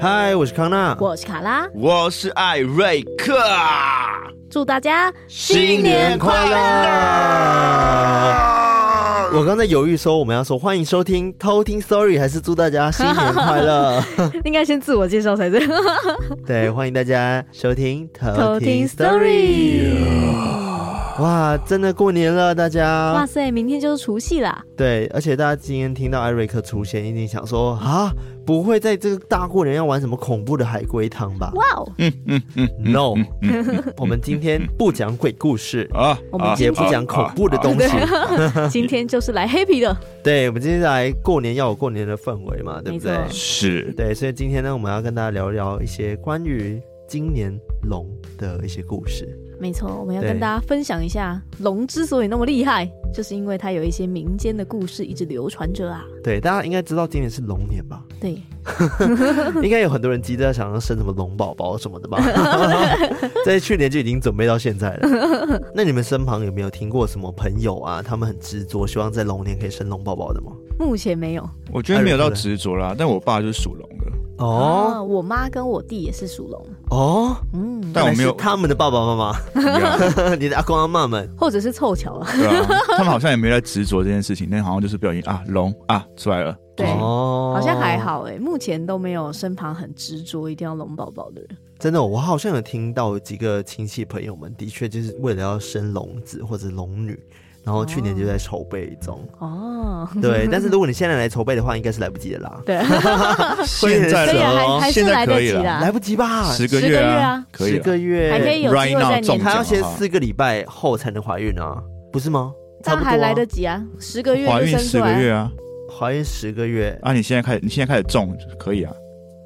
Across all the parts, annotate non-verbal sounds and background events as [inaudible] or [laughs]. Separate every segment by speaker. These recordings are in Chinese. Speaker 1: 嗨，我是康纳，
Speaker 2: 我是卡拉，
Speaker 3: 我是艾瑞克，
Speaker 2: 祝大家！
Speaker 1: 我刚才犹豫说我们要说欢迎收听偷听 Story，还是祝大家新年快
Speaker 3: [laughs]
Speaker 1: 乐？
Speaker 2: 应该先自我介绍才 [laughs] 对。
Speaker 1: 对，欢迎大家收听
Speaker 2: 偷
Speaker 1: 偷听
Speaker 2: 听 story，
Speaker 1: 哇，真的过年了，大
Speaker 2: 哇
Speaker 1: 家。
Speaker 2: 塞，明天就是除夕啦！
Speaker 1: 对，而且大家今天听到艾瑞克出现，一定想说啊，不会在这个大过年要玩什么恐怖的海龟汤吧
Speaker 2: 哇哦，
Speaker 3: [laughs]
Speaker 1: ？No，我们今天不讲鬼故事，
Speaker 3: 啊，
Speaker 2: 我们
Speaker 1: 也不讲恐怖的东西。
Speaker 2: [laughs] 今天就是来 happy 的，
Speaker 1: [laughs] 对，我们今天来过年要有过年的氛围嘛，对不对
Speaker 2: 没？错
Speaker 3: 是
Speaker 1: 对，所以今天呢，我们要跟大家聊聊一些关于今年龙的一些故事。
Speaker 2: 没错，我们要
Speaker 1: 对
Speaker 2: 跟大家分享一下龙之所以那么厉害，就是因为它有一些民间的故事一直流传着啊。
Speaker 1: 对，大家应该知道今年是龙年吧？
Speaker 2: 对，嗯
Speaker 1: 应该有很多人急着想要生什么龙宝宝什么
Speaker 2: [laughs]
Speaker 1: 的吧？ [laughs] 在去年就已经准备到现在了。那你们身旁有没有听过什么朋友啊，他们很执着，希望在龙年可以生龙宝宝的吗？
Speaker 2: 目前没有。
Speaker 3: 我觉得没有到执着啦，但我爸就是属龙的，
Speaker 1: 哦
Speaker 2: 啊我妈跟我弟也是属龙，
Speaker 1: 哦，
Speaker 2: 嗯，
Speaker 3: 但我
Speaker 1: 原来
Speaker 3: 没
Speaker 1: 是
Speaker 3: 有，
Speaker 1: 他们的爸爸妈妈， [laughs]
Speaker 2: [laughs]
Speaker 3: 对
Speaker 1: 你的阿公阿妈们。
Speaker 2: 或者是凑巧啊。
Speaker 3: 啊，他们好像也没在执着这件事情，但好像就是不小心啊，龙啊出来了，
Speaker 2: 对，
Speaker 1: 哦
Speaker 2: 好像还。好哎、目前都没有身旁很执着一定要龙宝宝的人。
Speaker 1: 真的，我好像有听到几个亲戚朋友们，的确就是为了要生龙子或者龙女，然后去年就在筹备中。
Speaker 2: 哦，
Speaker 1: 对，但是如果你现在来筹备的话，应该是来不及的
Speaker 2: [laughs]
Speaker 1: 啦， [laughs]
Speaker 2: 对，
Speaker 3: 现在
Speaker 1: 可以
Speaker 2: 虽然
Speaker 3: 了
Speaker 2: 还
Speaker 3: 哦，
Speaker 2: 还是
Speaker 3: 现在
Speaker 2: 来得
Speaker 3: 可以
Speaker 2: 及
Speaker 3: 了，
Speaker 2: 啦，
Speaker 1: 来不及吧？
Speaker 3: 十个
Speaker 2: 十个
Speaker 3: 月
Speaker 2: 月
Speaker 3: 啊
Speaker 2: 啊，
Speaker 3: 可以
Speaker 1: 十个
Speaker 3: 了，
Speaker 1: 月
Speaker 2: 还可以有机
Speaker 3: Right
Speaker 2: 会
Speaker 3: now，
Speaker 2: 再
Speaker 3: 中
Speaker 2: 年
Speaker 3: 奖啊
Speaker 1: 她
Speaker 2: 长，
Speaker 1: 要先
Speaker 3: 好不好
Speaker 1: 四个礼拜后才能怀孕啊，不是吗？差
Speaker 2: 但
Speaker 1: 不多、
Speaker 2: 还来得，及啊，十个月
Speaker 3: 怀
Speaker 2: 就
Speaker 3: 孕
Speaker 2: 生出
Speaker 3: 十个
Speaker 2: 来，
Speaker 3: 月啊，
Speaker 1: 怀孕十个月，
Speaker 3: 啊，你现在开始，你现在开始种可以啊，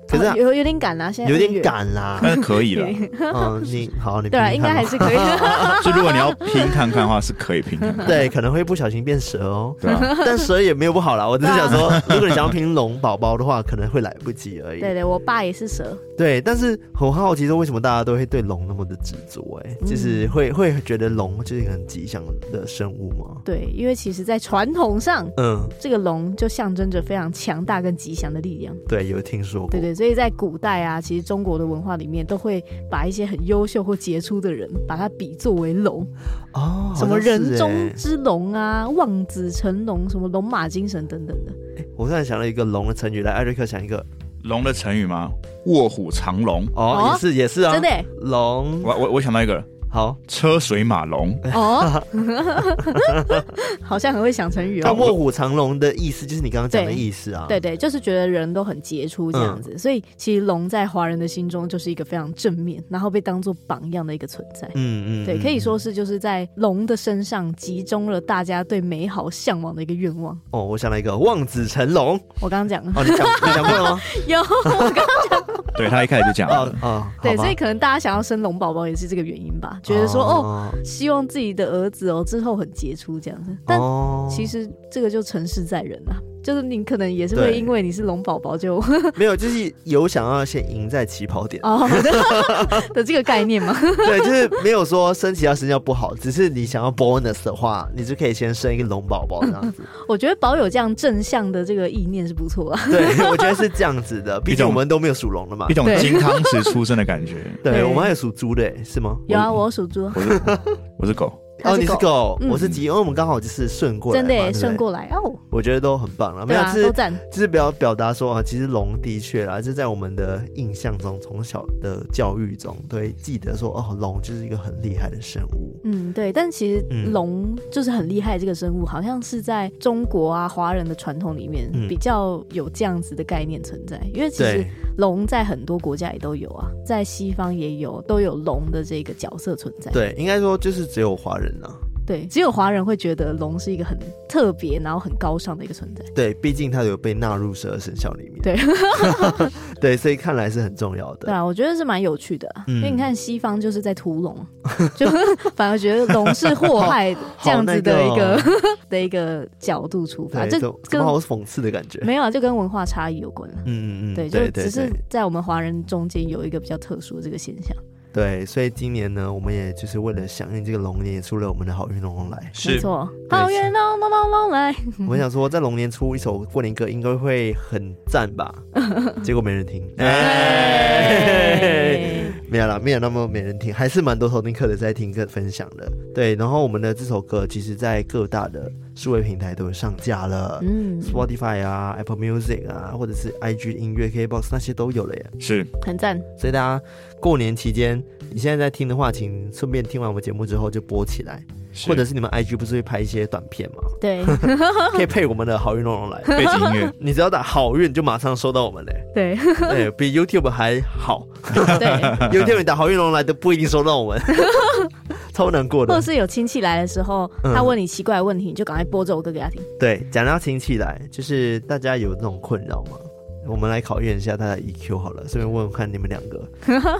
Speaker 1: 可是啊
Speaker 2: 哦有有点赶啦，现在
Speaker 1: 有
Speaker 2: 二
Speaker 1: 点
Speaker 2: 月。
Speaker 1: 赶啦。
Speaker 3: 但是可以了，
Speaker 1: 嗯，你好，你
Speaker 2: [laughs] 对啊，
Speaker 1: 拼
Speaker 2: 应
Speaker 1: 看吧
Speaker 2: 该还是
Speaker 3: [laughs]
Speaker 2: 可以。 [laughs]
Speaker 3: 就如果你要拼看看的话，是可以拼看看，
Speaker 1: 对，可能会不小心变蛇哦。
Speaker 3: 对啊，
Speaker 1: 但蛇也没有不好啦，我只
Speaker 2: 啊
Speaker 1: 是想说，如果你想要拼龙宝宝的话，可能会来不及而已。
Speaker 2: 对对，我爸也是蛇，
Speaker 1: 对，但是很好奇说，为什么大家都会对龙那么的执着、哎、
Speaker 2: 嗯
Speaker 1: 就是会会觉得龙就是一个很吉祥的生物吗？
Speaker 2: 对，因为其实，在传统上，
Speaker 1: 嗯，
Speaker 2: 这个龙就象征着非常强大跟吉祥的力量。
Speaker 1: 对，有听说过。
Speaker 2: 对对，所以在古代啊，其实中国的文化里面都会把一些很优秀或杰出的人，把它比作为龙，
Speaker 1: 哦，
Speaker 2: 什么
Speaker 1: 好像是
Speaker 2: 人中
Speaker 1: 哎
Speaker 2: 之龙啊、望子成龙、什么龙马精神等等的。
Speaker 1: 我突然想到一个龙的成语，来，艾瑞克想一个，
Speaker 3: 龙的成语吗？卧虎藏龙。
Speaker 1: 哦，
Speaker 2: 哦
Speaker 1: 也是也是啊，
Speaker 2: 真
Speaker 1: [laughs]
Speaker 2: 的欸
Speaker 1: 龙，
Speaker 3: 我我我想到一个
Speaker 1: 好，
Speaker 3: 车水马龙，
Speaker 2: 哦， [laughs] 好像很会想成语
Speaker 1: 但
Speaker 2: 哦。
Speaker 1: 卧虎藏龙的意思就是你刚刚讲的
Speaker 2: 对
Speaker 1: 意思啊，
Speaker 2: 对对，就是觉得人都很杰出这样子，
Speaker 1: 嗯
Speaker 2: 所以其实龙在华人的心中就是一个非常正面，然后被当做榜样的一个存在。
Speaker 1: 嗯，嗯嗯，
Speaker 2: 对，可以说是就是在龙的身上集中了大家对美好向往的一个愿望。
Speaker 1: 哦，我想到一个望子成龙，
Speaker 2: 我刚刚
Speaker 1: [laughs]
Speaker 2: 讲了，
Speaker 1: 哦，你讲你讲过了吗？
Speaker 2: 有
Speaker 3: 对他一开始就讲
Speaker 1: 哦
Speaker 3: 了，
Speaker 1: 哦，
Speaker 2: 嗯对，
Speaker 1: 好吧
Speaker 2: 所以可能大家想要生龙宝宝也是这个原因吧，觉得说哦，希望自己的儿子哦之后很杰出这样子。但
Speaker 1: 哦
Speaker 2: 其实这个就成事在人啊，就是你可能也是
Speaker 1: 对
Speaker 2: 会因为你是龙宝宝就
Speaker 1: 没有，就是有想要先赢在起跑点， [laughs]
Speaker 2: 哦 [laughs] 的的这个概念嘛。
Speaker 1: 对，就是没有说生其他生肖不好，只是你想要 bonus 的话，你就可以先生一个龙宝宝这样子。
Speaker 2: 我觉得保有这样正向的这个意念是不错啊。
Speaker 1: 对，我觉得是这样子的，毕竟我们都没有属龙的嘛
Speaker 3: 一。种
Speaker 2: 对
Speaker 3: 金汤匙出生的感觉。
Speaker 1: 对，
Speaker 2: 对
Speaker 1: 我们还有属猪的欸，是吗？
Speaker 2: 有啊，我有属猪，
Speaker 3: 我是我是狗，
Speaker 2: 它
Speaker 1: 哦，你是狗，
Speaker 2: 嗯
Speaker 1: 我是鸡，因为我们刚好就是顺过来
Speaker 2: 真
Speaker 1: 嘛，
Speaker 2: 的
Speaker 1: 对不
Speaker 2: 耶
Speaker 1: 对
Speaker 2: 顺，过来哦，
Speaker 1: 我觉得都很棒了。没
Speaker 2: 对
Speaker 1: 有，
Speaker 2: 啊，
Speaker 1: 就
Speaker 2: 都
Speaker 1: 是
Speaker 2: 赞。
Speaker 1: 就是表表达说啊，其实龙的确啦，就在我们的印象中，从小的教育中，对，记得说哦，龙就是一个很厉害的生物。
Speaker 2: 嗯，对，但其实
Speaker 1: 嗯
Speaker 2: 龙就是很厉害这个生物，好像是在中国啊华人的传统里面
Speaker 1: 嗯
Speaker 2: 比较有这样子的概念存在，因为其实
Speaker 1: 对，
Speaker 2: 龙在很多国家也都有啊，在西方也有都有龙的这个角色存在。
Speaker 1: 对，应该说就是只有华人啊。
Speaker 2: 对只有华人会觉得龙是一个很特别，然后很高尚的一个存在。
Speaker 1: 对，毕竟它有被纳入十二生肖里面。
Speaker 2: 对
Speaker 1: [laughs] 对，所以看来是很重要的。
Speaker 2: 对啊，我觉得是蛮有趣的啊、
Speaker 1: 嗯
Speaker 2: 因为你看西方就是在屠龙， [laughs] 就反而觉得龙是祸害这样子的一个 [laughs] 的一个角度出发，
Speaker 1: 对，
Speaker 2: 啊这
Speaker 1: 怎怎
Speaker 2: 跟
Speaker 1: 么好讽刺的感觉？
Speaker 2: 没有啊，就跟文化差异有关了。啊
Speaker 1: 嗯嗯嗯，
Speaker 2: 对，就
Speaker 1: 对
Speaker 2: 只
Speaker 1: 对
Speaker 2: 是
Speaker 1: 对，
Speaker 2: 在我们华人中间有一个比较特殊的这个现象。
Speaker 1: 对，所以今年呢，我们也就是为了响应这个龙年，也出了我们的好运龙龙来。
Speaker 2: 没
Speaker 3: 是
Speaker 2: 错，好运隆隆隆隆来，
Speaker 1: 我想说，在龙年出一首过年歌，应该会很赞吧？结果没人听， [laughs] 哎
Speaker 2: 哎
Speaker 1: 没有啦，没有那么没人听，还是蛮多头听客的在听跟分享的。对，然后我们的这首歌，其实在各大的数位平台都有上架了。
Speaker 2: [laughs] 嗯，
Speaker 1: Spotify 啊，Apple Music 啊，或者是 IG 音乐、KBox 那些都有了耶。
Speaker 3: 是，
Speaker 2: 很赞，
Speaker 1: 所以大家过年期间，你现在在听的话，请顺便听完我们节目之后就播起来，
Speaker 3: 是
Speaker 1: 或者是你们 IG 不是会拍一些短片吗？
Speaker 2: 对 [laughs]
Speaker 1: 可以配我们的好运龙龙来，
Speaker 3: 背景音 [laughs] 乐
Speaker 1: 你只要打好运就马上收到我们嘞，
Speaker 2: 对
Speaker 1: 对比 YouTube 还好
Speaker 2: 对，
Speaker 1: ，YouTube 你打好运龙龙来都不一定收到我们，超难过
Speaker 2: 或者
Speaker 1: 的。
Speaker 2: 哦是有亲戚来的时候，
Speaker 1: 嗯
Speaker 2: 他问你奇怪的问题，你就赶快播这首歌给他听。
Speaker 1: 对，讲到亲戚来，就是大家有那种困扰吗？我们来考验一下他的 EQ 好了，顺便问问看你们两个，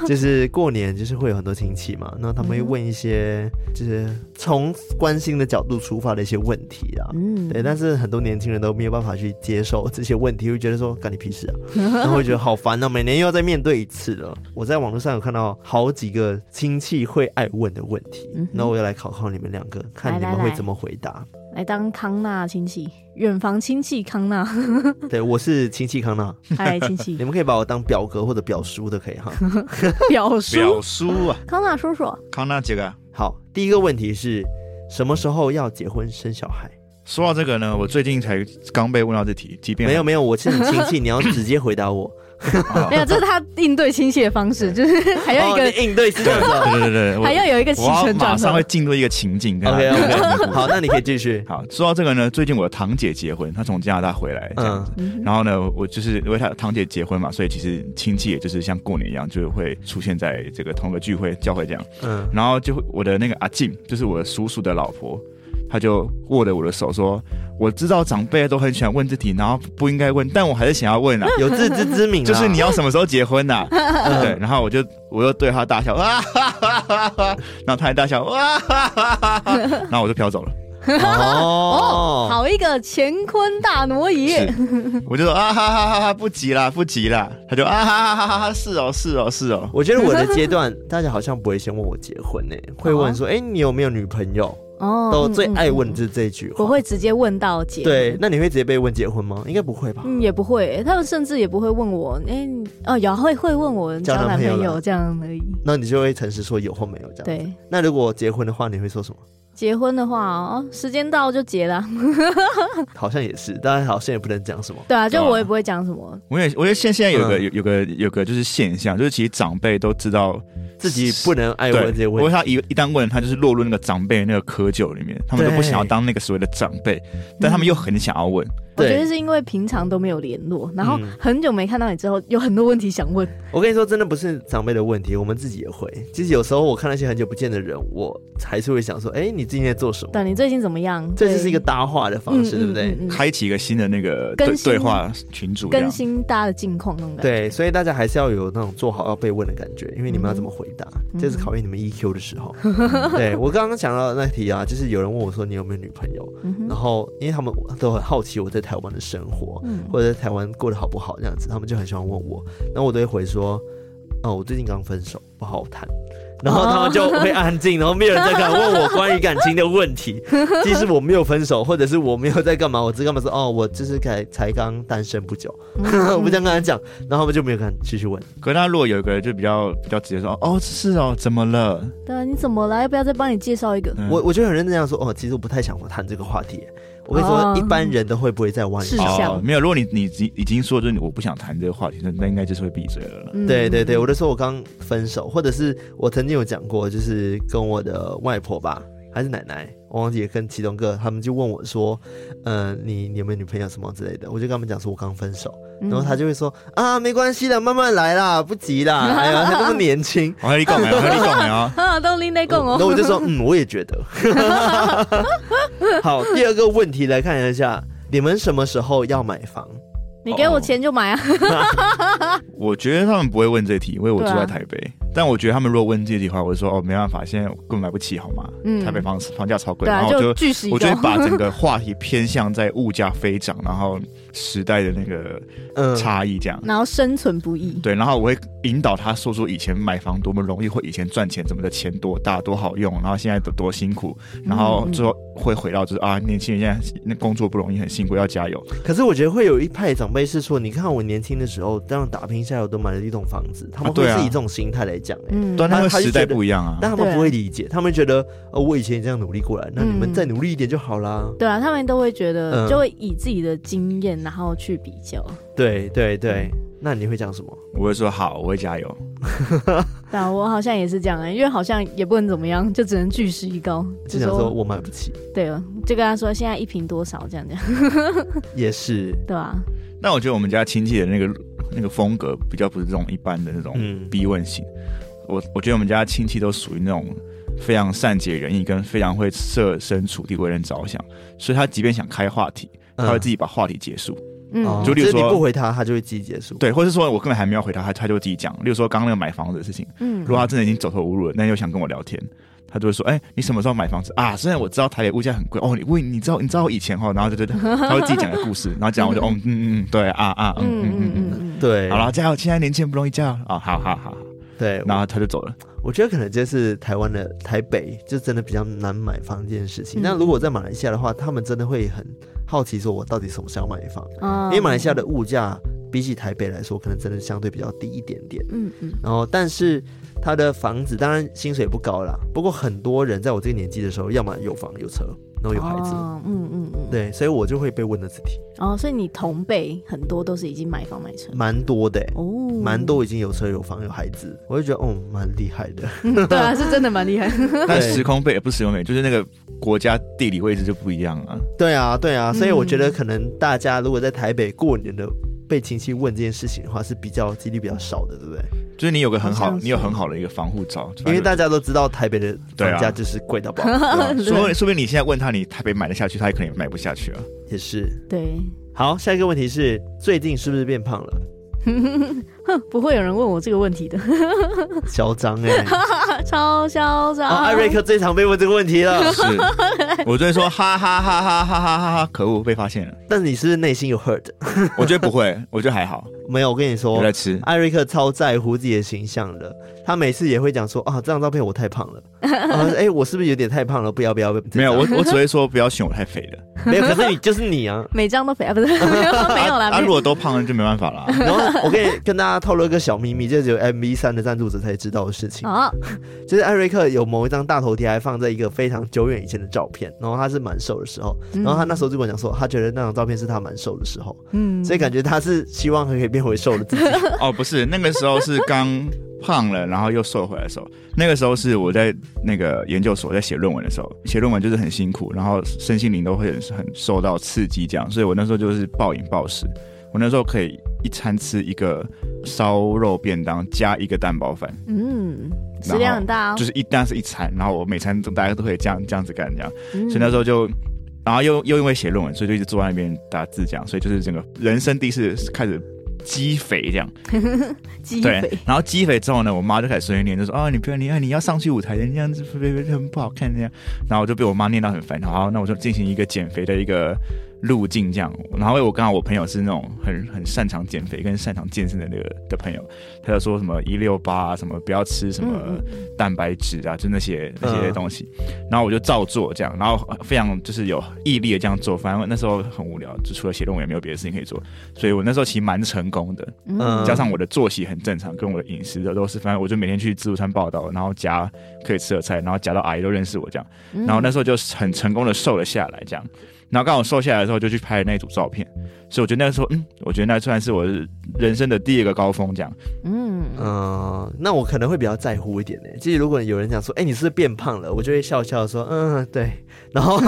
Speaker 1: 就是过年就是会有很多亲戚嘛，那他们会问一些就是从关心的角度出发的一些问题啊，
Speaker 2: 嗯，
Speaker 1: 对，但是很多年轻人都没有办法去接受这些问题，会觉得说干你屁事啊， [laughs] 然后会觉得好烦哦，每年又要再面对一次了。我在网络上有看到好几个亲戚会爱问的问题
Speaker 2: 嗯哼，
Speaker 1: 那、我要来考考你们两个，看你
Speaker 2: 来
Speaker 1: 们
Speaker 2: 来
Speaker 1: 会
Speaker 2: 来
Speaker 1: 怎么回 [laughs] 答。
Speaker 2: 来当康纳亲戚，远房亲戚康纳，
Speaker 1: [laughs] 对，我是亲戚康 [laughs] 纳，
Speaker 2: 嗨，亲
Speaker 1: 你
Speaker 2: 戚，
Speaker 1: 们可以把我当表哥或者表叔都可以 [laughs] 哈。
Speaker 2: 表叔，
Speaker 3: 表叔啊，
Speaker 2: 康纳叔
Speaker 1: 哦
Speaker 2: 叔，
Speaker 3: 康纳杰啊。
Speaker 1: 好，第一个问题是什么时候要结婚生小孩？
Speaker 3: 说到这个呢，我最近才刚被问到这题，即便
Speaker 1: 没有没有，我是你亲戚，你要直接回答 [laughs] 我。
Speaker 3: 啊
Speaker 2: 没有，这是他应对亲戚的方
Speaker 1: [laughs]
Speaker 2: 式，就是还要一
Speaker 1: 哦
Speaker 2: 个，
Speaker 1: 你应对是这样子哦。 [laughs]
Speaker 3: 对对对对，我
Speaker 2: 还要有一个起
Speaker 3: 我要
Speaker 2: 承
Speaker 3: 马
Speaker 2: 转
Speaker 3: 上
Speaker 2: 合
Speaker 3: 会。进入一个情境。跟他
Speaker 1: OK
Speaker 3: 跟
Speaker 1: [laughs]
Speaker 3: 他
Speaker 1: OK，
Speaker 3: 讲
Speaker 1: 好，那你可以继续。
Speaker 3: 好，说到这个呢，最近我的堂姐结婚，她从加拿大回来，这样子。
Speaker 2: 嗯
Speaker 3: 然后呢，我就是因为她堂姐结婚嘛，所以其实亲戚也就是像过年一样，就会出现在这个同个聚会、教会这样。
Speaker 1: 嗯，
Speaker 3: 然后就会我的那个阿静，就是我的叔叔的老婆，她就握着我的手说：“我知道长辈都很喜欢问这题，然后不应该问，但我还是想要问啊，
Speaker 2: [laughs]
Speaker 1: 有自知之明啊，
Speaker 3: 就是你要什么时候结
Speaker 1: [laughs]
Speaker 3: 婚呐、
Speaker 1: 嗯
Speaker 3: 对，然后我就我就对她大笑，哇哈哈哈哈， [laughs] 然后她也大笑，哇哈哈哈哈， [laughs] 然后我就
Speaker 1: [laughs]
Speaker 3: 飘走了。
Speaker 1: 哦，
Speaker 2: 好一个乾坤大挪移，
Speaker 3: 是，我就说啊哈哈哈哈，不急啦，不急啦。他就啊哈哈哈哈哈，是哦，是哦，是哦。
Speaker 1: 我觉得我的阶段，大家好像不会先问我结婚呢、会问说，哎、你有没有女朋友？
Speaker 2: 哦
Speaker 1: 都最爱问
Speaker 2: 嗯嗯
Speaker 1: 这这句
Speaker 2: 嗯
Speaker 1: 话。
Speaker 2: 不会直接问到结，
Speaker 1: 对，，那你会直接被问结婚吗？应该不会吧？
Speaker 2: 嗯，也不会，他们甚至也不会问我，哎、你哦，有会会问我
Speaker 1: 交
Speaker 2: 交
Speaker 1: 男
Speaker 2: 男
Speaker 1: 朋友
Speaker 2: 朋
Speaker 1: 了
Speaker 2: 友这样而已。
Speaker 1: 那你就会诚实说有或没有这样。。
Speaker 2: 对，
Speaker 1: 那如果结婚的话，你会说
Speaker 2: [laughs]
Speaker 1: 什么？
Speaker 2: 结婚的话哦，时间到就结了。
Speaker 1: 好像也是，当然好像也不能讲
Speaker 2: [laughs]
Speaker 1: 什么。
Speaker 2: 对啊，就
Speaker 3: 对啊
Speaker 2: 我也不会讲什么。
Speaker 3: 我也我觉得现现在有个
Speaker 1: 嗯
Speaker 3: 有有个有个就是现象，就是其实长辈都知道，
Speaker 1: 自己不能
Speaker 2: 哎
Speaker 1: 爱问这些
Speaker 3: 不过
Speaker 1: 问题。
Speaker 3: 他一一旦问，他就是落入那个长辈那个窠臼里面，他们都不
Speaker 1: 对
Speaker 3: 想要当那个所谓的长辈，但他们又很想要问。
Speaker 2: 我觉得
Speaker 1: 对，
Speaker 2: 是因为平常都没有联络，然后
Speaker 1: 嗯
Speaker 2: 很久没看到你之后，有很多问题想问。
Speaker 1: 我跟你说，真的不是长辈的问题，我们自己也会。其实有时候我看那些很久不见的人，我还是会想说，哎、你最近在做什么？
Speaker 2: 对，你最近怎么样？
Speaker 1: 这就是
Speaker 2: 对
Speaker 1: 一个搭话的方式，对不对？？
Speaker 2: 嗯嗯嗯嗯
Speaker 3: 开启一个新的那个对
Speaker 2: 更新
Speaker 3: 对话群组，这
Speaker 2: 更
Speaker 3: 样。
Speaker 2: 新大家的近况那种感觉。
Speaker 1: 对，所以大家还是要有那种做好要被问的感觉，因为你们要怎么回答，
Speaker 2: 嗯
Speaker 1: 这是考验你们 EQ 的时
Speaker 2: [laughs]
Speaker 1: 候。对我刚刚讲到的那题啊，就是有人问我说你有没有女朋友，
Speaker 2: 嗯
Speaker 1: 然
Speaker 2: 哼，
Speaker 1: 后因为他们都很好奇我在台湾的生活，
Speaker 2: 嗯
Speaker 1: 或者在台湾过得好不好这样子，他们就很喜欢问我，然后我都会回说，哦，我最近刚分手，不好谈。然后他们就会安静，然后没有人再敢问我关于感情的问题。即使我没有分手，或者是我没有在干嘛，我只干嘛说哦，我就是才才刚单身不久， [laughs] 我不这样跟他讲，然后他们就没有敢继续问。
Speaker 3: 可是他如果有一个人就比较比较直接说，哦，是哦，怎么了？
Speaker 2: 对啊，你怎么了？要不要再帮你介绍一个？
Speaker 3: 嗯
Speaker 1: 我我就很认真地这样说，哦，其实我不太想谈这个话题。我跟你说，
Speaker 2: 哦
Speaker 1: 一般人都会不会再问？
Speaker 2: 是志向
Speaker 3: 哦，没有，如果你你已经已经说就是我不想谈这个话题，那那应该就是会闭
Speaker 2: [laughs]
Speaker 3: 嘴了啦。
Speaker 2: 嗯
Speaker 1: 对对对，我就说我刚分手，或者是我曾经有讲过，就是跟我的外婆吧，还是奶奶，我忘记了跟其中一个，他们就问我说，呃，你你有没有女朋友什么之类的，我就跟他们讲说我刚分手，
Speaker 2: 嗯
Speaker 1: 然后他就会说啊，没关系的，慢慢来啦，不急啦，哎呀，还那么年轻。
Speaker 3: 我跟你哦讲没有，我跟你讲
Speaker 2: [laughs]
Speaker 3: 没有。
Speaker 2: [laughs] 啊，都拎内共
Speaker 1: 然
Speaker 2: 哦。
Speaker 1: 后我就说，嗯，我也觉得。好，第二个问题来看一下，你们什么时候要买房？
Speaker 2: 你给我钱就买啊。
Speaker 1: 哦
Speaker 3: 我觉得他们不会问这题，因为我住
Speaker 2: 对
Speaker 3: 在
Speaker 2: 啊
Speaker 3: 台北。但我觉得他们如果问这题的话，我就说哦，没办法，现在我根本买不起，好吗？
Speaker 2: 嗯
Speaker 3: 台北房房价超贵，
Speaker 2: 对
Speaker 3: 然
Speaker 2: 啊，
Speaker 3: 后我就
Speaker 2: 据实以
Speaker 3: 我就会
Speaker 2: 告。
Speaker 3: 把整个话题偏向在物价飞涨，然后时代的那个
Speaker 1: 嗯，
Speaker 3: 差异这样。
Speaker 2: 然后生存
Speaker 1: [laughs]
Speaker 2: 不易，
Speaker 3: 对，然后我会引导他说出以前买房多么容易，或以前赚钱怎么的钱多大多好用，然后现在多多辛苦，然后
Speaker 2: 嗯
Speaker 3: 最后会回到就是啊，年轻人现在那工作不容易，很辛苦，要加油。
Speaker 1: 可是我觉得会有一派长辈是说，你看我年轻的时候，这样打拼下来，我都买了一栋房子，他们
Speaker 3: 啊
Speaker 1: 会是
Speaker 3: 对啊
Speaker 1: 以这种心态来讲、欸，
Speaker 2: 嗯，
Speaker 3: 但那
Speaker 1: 他
Speaker 3: 个
Speaker 1: 他就
Speaker 3: 时
Speaker 1: 觉
Speaker 3: 代
Speaker 1: 得
Speaker 3: 不一样啊，
Speaker 1: 但他们
Speaker 2: 对啊
Speaker 1: 不会理解，他们觉得呃，我以前也这样努力过来，那你们
Speaker 2: 嗯
Speaker 1: 再努力一点就好啦。
Speaker 2: 对啊，他们都会觉得，
Speaker 1: 嗯
Speaker 2: 就会以自己的经验，然后去比较。
Speaker 1: 对对对，那你会讲什么？
Speaker 3: 我会说好，我会加油。
Speaker 2: [laughs] 对啊，我好像也是这样啊、因为好像也不能怎么样，就只能据实以告，
Speaker 1: 就
Speaker 2: 就
Speaker 1: 想说我买不起，
Speaker 2: 对了，就跟他说现在一瓶多少这样这样，
Speaker 1: 也是，
Speaker 2: 对吧、
Speaker 3: 但我觉得我们家亲戚的那个那个风格比较不是这种一般的那种
Speaker 1: 嗯
Speaker 3: 逼问型。我我觉得我们家亲戚都属于那种非常善解人意，跟非常会设身处地为人着想，所以他即便想开话题，他会自
Speaker 1: 己，
Speaker 3: 己把话题结束。
Speaker 2: 嗯，
Speaker 1: 哦
Speaker 3: 就例
Speaker 1: 就嗯
Speaker 3: 如
Speaker 1: 是你
Speaker 3: 说
Speaker 1: 不回他，他就会自己结束。
Speaker 3: 对，或是说我根本还没有回答他，他就自己讲。例如说刚刚那个买房子的事情，
Speaker 2: 嗯
Speaker 3: 如果他真的已经走投无路了，那又想跟我聊天，他就会说：“哎、你什么时候买房子啊？”虽然我知道台北物价很贵哦，你问你知道你知道我以前哦，然后就 [laughs] 就他会自己讲个故事，然后讲我就哦嗯嗯嗯对啊啊嗯嗯嗯嗯
Speaker 2: 嗯
Speaker 1: 对，
Speaker 3: 好，了，加油！现在年轻人不容易，加油啊！好好好，
Speaker 1: 对，
Speaker 3: 然后他就走了。
Speaker 1: 我觉得可能这是台湾的台北，就真的比较难买房这件事情。
Speaker 2: 嗯
Speaker 1: 那如果在马来西亚的话，他们真的会很好奇，说我到底什么时候买房？
Speaker 2: 嗯，
Speaker 1: 因为马来西亚的物价比起台北来说，可能真的相对比较低一点点。
Speaker 2: 嗯，嗯嗯，
Speaker 1: 然后，但是他的房子当然薪水不高啦，不过很多人在我这个年纪的时候，要么有房有车，然后有孩子。
Speaker 2: 哦嗯嗯嗯，
Speaker 1: 对，所以我就会被问的字题
Speaker 2: 哦，所以你同辈很多都是已经买房买车，
Speaker 1: 蛮多的、欸，
Speaker 2: 哦，
Speaker 1: 蛮，多已经有车有房有孩子，我就觉得哦，蛮厉害的。
Speaker 2: [laughs] 对啊，是真的蛮厉害， [laughs]
Speaker 3: [laughs] 但时空背也不是时空背，就是那个国家地理位置就不一样啊。
Speaker 1: 对啊，对啊，所以我觉得
Speaker 2: 嗯
Speaker 1: 可能大家如果在台北过年的被亲戚问这件事情的话，是比较几率比较少的，对不对？
Speaker 3: 就是你有个很
Speaker 2: 好
Speaker 3: 好，
Speaker 2: 像是
Speaker 3: 你有很好的一个防护罩，
Speaker 1: 因为大
Speaker 3: 家
Speaker 1: 家都知道台北的
Speaker 3: 对啊
Speaker 1: 房价就是贵到爆，
Speaker 2: [laughs]
Speaker 3: 说不定说不定你现在问他，你台北买得下去，他也可能也买不下去
Speaker 2: [laughs]
Speaker 3: 啊。
Speaker 1: 也是。
Speaker 2: 对，
Speaker 1: 好，下一个问题是最近是不是变胖了？
Speaker 2: 哼，不会有人问我这个问题的， [laughs]
Speaker 1: 嚣张哎！
Speaker 2: 超嚣张，
Speaker 1: 哦，艾瑞克最常被问这个问题了。
Speaker 3: 是，我就会说哈哈哈哈哈哈哈哈，可恶，被发现
Speaker 2: [laughs]
Speaker 3: 了。
Speaker 1: 但你是不是内心有 hurt？
Speaker 3: 我觉得不会，我觉得还好，
Speaker 1: 没有，我跟你
Speaker 2: 哦
Speaker 3: 我
Speaker 1: 说
Speaker 3: 在，吃。
Speaker 1: 艾瑞克超在乎自己的形象的。他每次也会讲说啊，这张照片我太胖了，啊，哎、我是不是有点太胖了？不要不要，不要
Speaker 3: 没有，我我只会说不要选我太肥的。
Speaker 1: 没有。可是你就是你啊，
Speaker 2: 每张都肥
Speaker 1: [laughs]
Speaker 2: 啊，不是没有 [laughs] 没有啦，没
Speaker 3: 啊，如
Speaker 2: 有
Speaker 3: 果都胖了就没办法了。
Speaker 1: 然后我跟你跟大家透露一个小秘密，这只有 MV 三的赞助者才知道的事情，
Speaker 2: 啊，
Speaker 1: 就是艾瑞克有某一张大头贴还放在一个非常久远以前的照片，然后他是蛮瘦的时候，然后他那时候就跟我讲说，他觉得那张照片是他蛮瘦的时候，
Speaker 2: 嗯
Speaker 1: 所以感觉他是希望可以变回瘦的
Speaker 2: [laughs]
Speaker 1: 自己。
Speaker 3: 哦，不是，那个时候是刚胖了，然后又瘦回来的时候。那个时候是我在那个研究所在写论文的时候，写论文就是很辛苦，然后身心灵都会很很受到刺激，这样。所以我那时候就是暴饮暴食，我那时候可以一餐吃一个烧肉便当加一个蛋包饭，
Speaker 2: 嗯，食
Speaker 3: 然
Speaker 2: 量
Speaker 3: 后
Speaker 2: 很大哦，
Speaker 3: 就是一那是一餐，然后我每餐都大家都可以这样这样子干这样。所以那时
Speaker 2: 候
Speaker 3: 候就。然后又又因为写论文，所以就一直坐在那边打字这样，所以就是整个人生第一次开始积肥这样。
Speaker 2: 鸡
Speaker 3: 对
Speaker 2: 肥，，
Speaker 3: 然后积肥之后呢，我妈就开始碎碎念，就说：“啊，你不要你啊，你要上去舞台的，你这样子别别很不好看这样。”然后我就被我妈念到很烦，然后那我就进行一个减肥的一个路径这样。然后因为我刚好我朋友是那种很很擅长减肥跟擅长健身的那个的朋友，他就说什么一六八啊，什么不要吃什么
Speaker 2: 嗯
Speaker 3: 蛋白质啊，就那些那些
Speaker 1: 嗯
Speaker 3: 东西。然后我就照做这样，然后非常就是有毅力的这样做。反正那时候很无聊，就除了写论文也没有别的事情可以做，所以我那时候其实蛮成功的。
Speaker 1: 嗯
Speaker 3: 加上我的作息很正常，跟我的饮食的都是，反正我就每天去自助餐报道，然后夹可以吃的菜，然后夹到阿姨都认识我这样，
Speaker 2: 嗯
Speaker 3: 然后那时候就很成功的瘦了下来这样，然后刚好瘦下来的时候就去拍那组照片，所以我觉得那时候，嗯，我觉得那算是我人生的第二个高峰这样，
Speaker 2: 嗯
Speaker 1: 嗯、那我可能会比较在乎一点呢、其实如果有人讲说，哎、你是不是变胖了？我就会笑笑说，嗯，对。然
Speaker 2: [laughs]
Speaker 1: 后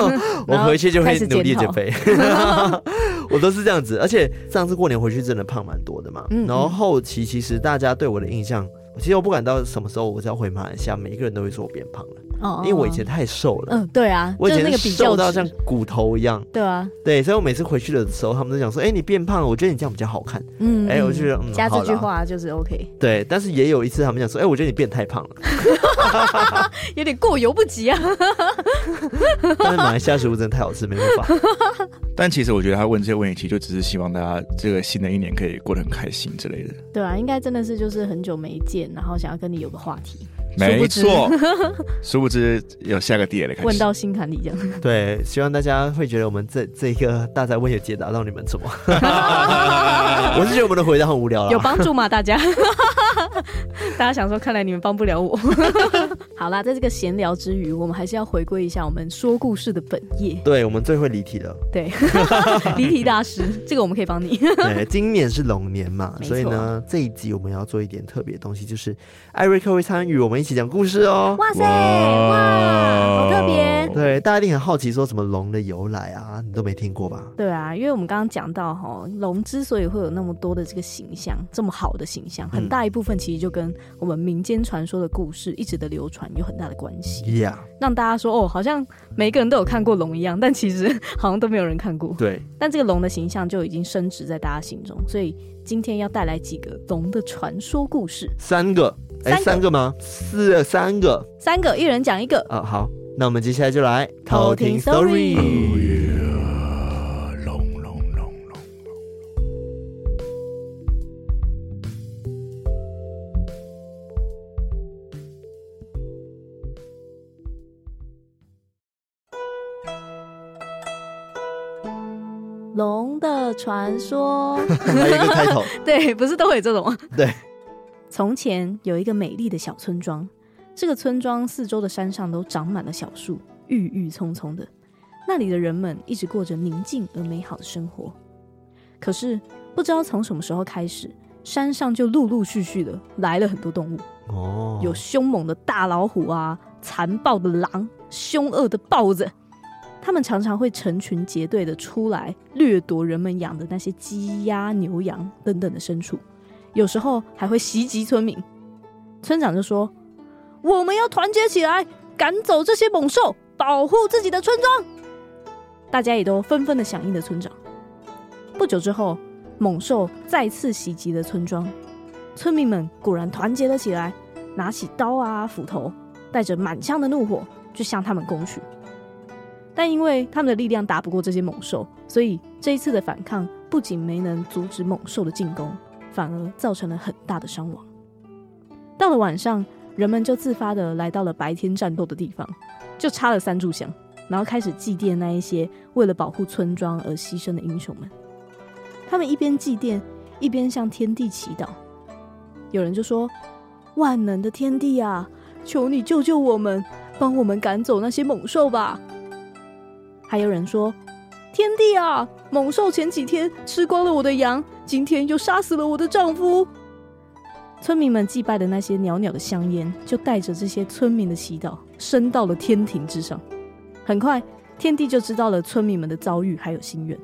Speaker 1: 我回去就
Speaker 2: 开
Speaker 1: 会
Speaker 2: 始
Speaker 1: 努力
Speaker 2: 检
Speaker 1: 减
Speaker 2: 讨
Speaker 1: 肥， [laughs] 我都是这样子。而且上次过年回去真的胖蛮多的嘛。
Speaker 2: 嗯
Speaker 1: 然后
Speaker 2: 嗯
Speaker 1: 后期其实大家对我的印象，其实我不管到什么时候，我只要回马来西亚，每一个人都会说我变胖了。
Speaker 2: 哦，
Speaker 1: 因为我以前太瘦了。
Speaker 2: 嗯，对啊，
Speaker 1: 我以
Speaker 2: 就
Speaker 1: 前
Speaker 2: 那个比较
Speaker 1: 瘦到
Speaker 2: 值
Speaker 1: 像骨头一样，
Speaker 2: 对啊，
Speaker 1: 对，所以我每次回去的时候，他们都讲说：“哎、你变胖了，我觉得你这样比较好看。
Speaker 2: 嗯，
Speaker 1: 哎我觉得嗯
Speaker 2: 加
Speaker 1: 好
Speaker 2: 这句
Speaker 1: 啦
Speaker 2: 话就是 OK，” [laughs]
Speaker 1: 对，但是也有一次他们讲说：“哎、我觉得你变太胖了。 [laughs]
Speaker 2: 有点过犹不及啊。” [laughs]
Speaker 1: 但是马来西亚食物真的太好吃，没办法。
Speaker 3: 但其实我觉得他问这些问题，就只是希望大家这个新的一年可以过得很开心之类的。
Speaker 2: 对啊，应该真的是就是很久没见，然后想要跟你有个话题，殊
Speaker 3: 没
Speaker 2: 不知
Speaker 3: 错，殊不知有下个地雷的开
Speaker 2: 问
Speaker 3: 始。
Speaker 2: 到心坎里这
Speaker 1: 啊
Speaker 2: 样。
Speaker 1: 对，希望大家会觉得我们这这一个大灾问有解答到你们
Speaker 2: [laughs]
Speaker 1: 什么。我是觉得我们的回答很无聊啊
Speaker 2: 有
Speaker 1: 了。
Speaker 2: 帮助吗？大家， [laughs] 大家想说，看来你们帮不了我。 [laughs] 好啦，在这个闲聊之余，我们还是要回归一下我们说故事的本业，
Speaker 1: 对，我们最会离题了。
Speaker 2: 对， [laughs] 离题大师，这个我们可以帮你。 [laughs]
Speaker 1: 对，今年是龙年嘛，
Speaker 2: 没错
Speaker 1: 所以呢，这一集我们要做一点特别的东西，就是艾瑞克会参与我们一起讲故事哦。
Speaker 2: 哇塞，哇，好特别。
Speaker 1: 对，大家一定很好奇，说什么龙的由来啊，你都没听过吧？
Speaker 2: 对啊，因为我们刚刚讲到哈，龙之所以会有那么多的这个形象，这么好的形象，很大一部分其实就跟我们民间传说的故事一直的流传有很大的关系，
Speaker 1: Yeah，
Speaker 2: 让大家说哦，好像每个人都有看过龙一样，但其实 [laughs] 好像都没有人看过。
Speaker 1: 对，
Speaker 2: 但这个龙的形象就已经深植在大家心中，所以今天要带来几个龙的传说故事，
Speaker 1: 三个，哎，
Speaker 2: 三个
Speaker 1: 三个吗？四三个
Speaker 2: 三个，一人讲一个。
Speaker 1: 啊、好，那我们接下来就来
Speaker 2: 偷听 story
Speaker 3: 龙龙龙龙，
Speaker 2: 龙的传说，
Speaker 1: 还有一个开
Speaker 2: [laughs]
Speaker 1: 头，
Speaker 2: 对，不是都会有这种吗？
Speaker 1: 对，
Speaker 2: 从前有一个美丽的小村庄，这个村庄四周的山上都长满了小树，郁郁葱葱的。那里的人们一直过着宁静而美好的生活。可是不知道从什么时候开始，山上就陆陆续续的来了很多动物，
Speaker 1: 哦，
Speaker 2: 有凶猛的大老虎啊，残暴的狼，凶恶的豹子。他们常常会成群结队的出来掠夺人们养的那些鸡鸭牛羊等等的牲畜，有时候还会袭击村民。村长就说：“我们要团结起来，赶走这些猛兽，保护自己的村庄。”大家也都纷纷的响应了村长。不久之后，猛兽再次袭击了村庄，村民们果然团结了起来，拿起刀啊、斧头，带着满腔的怒火就向他们攻去。但因为他们的力量打不过这些猛兽，所以这一次的反抗不仅没能阻止猛兽的进攻，反而造成了很大的伤亡。到了晚上，人们就自发的来到了白天战斗的地方，就插了三炷香，然后开始祭奠那一些为了保护村庄而牺牲的英雄们。他们一边祭奠，一边向天地祈祷。有人就说：“万能的天帝啊，求你救救我们，帮我们赶走那些猛兽吧。”还有人说：“天帝啊，猛兽前几天吃光了我的羊，今天又杀死了我的丈夫。”村民们祭拜的那些袅袅的香烟，就带着这些村民的祈祷，升到了天庭之上。很快，天帝就知道了村民们的遭遇还有心愿。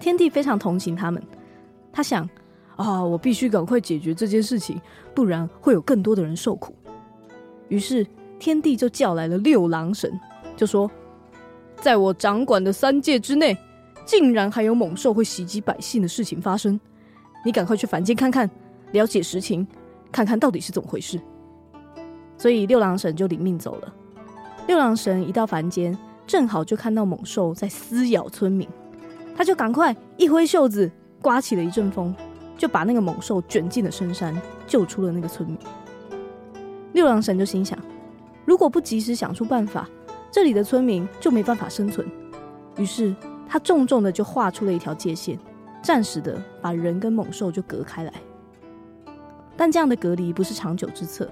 Speaker 2: 天帝非常同情他们，他想：啊，我必须赶快解决这件事情，不然会有更多的人受苦。于是天帝就叫来了六郎神，就说：“在我掌管的三界之内，竟然还有猛兽会袭击百姓的事情发生，你赶快去凡间看看，了解实情，看看到底是怎么回事。”所以六郎神就领命走了。六郎神一到凡间，正好就看到猛兽在撕咬村民，他就赶快一挥袖子，刮起了一阵风。就把那个猛兽卷进了深山，救出了那个村民。六郎神就心想，如果不及时想出办法，这里的村民就没办法生存。于是他重重的就画出了一条界限，暂时的把人跟猛兽就隔开来。但这样的隔离不是长久之策。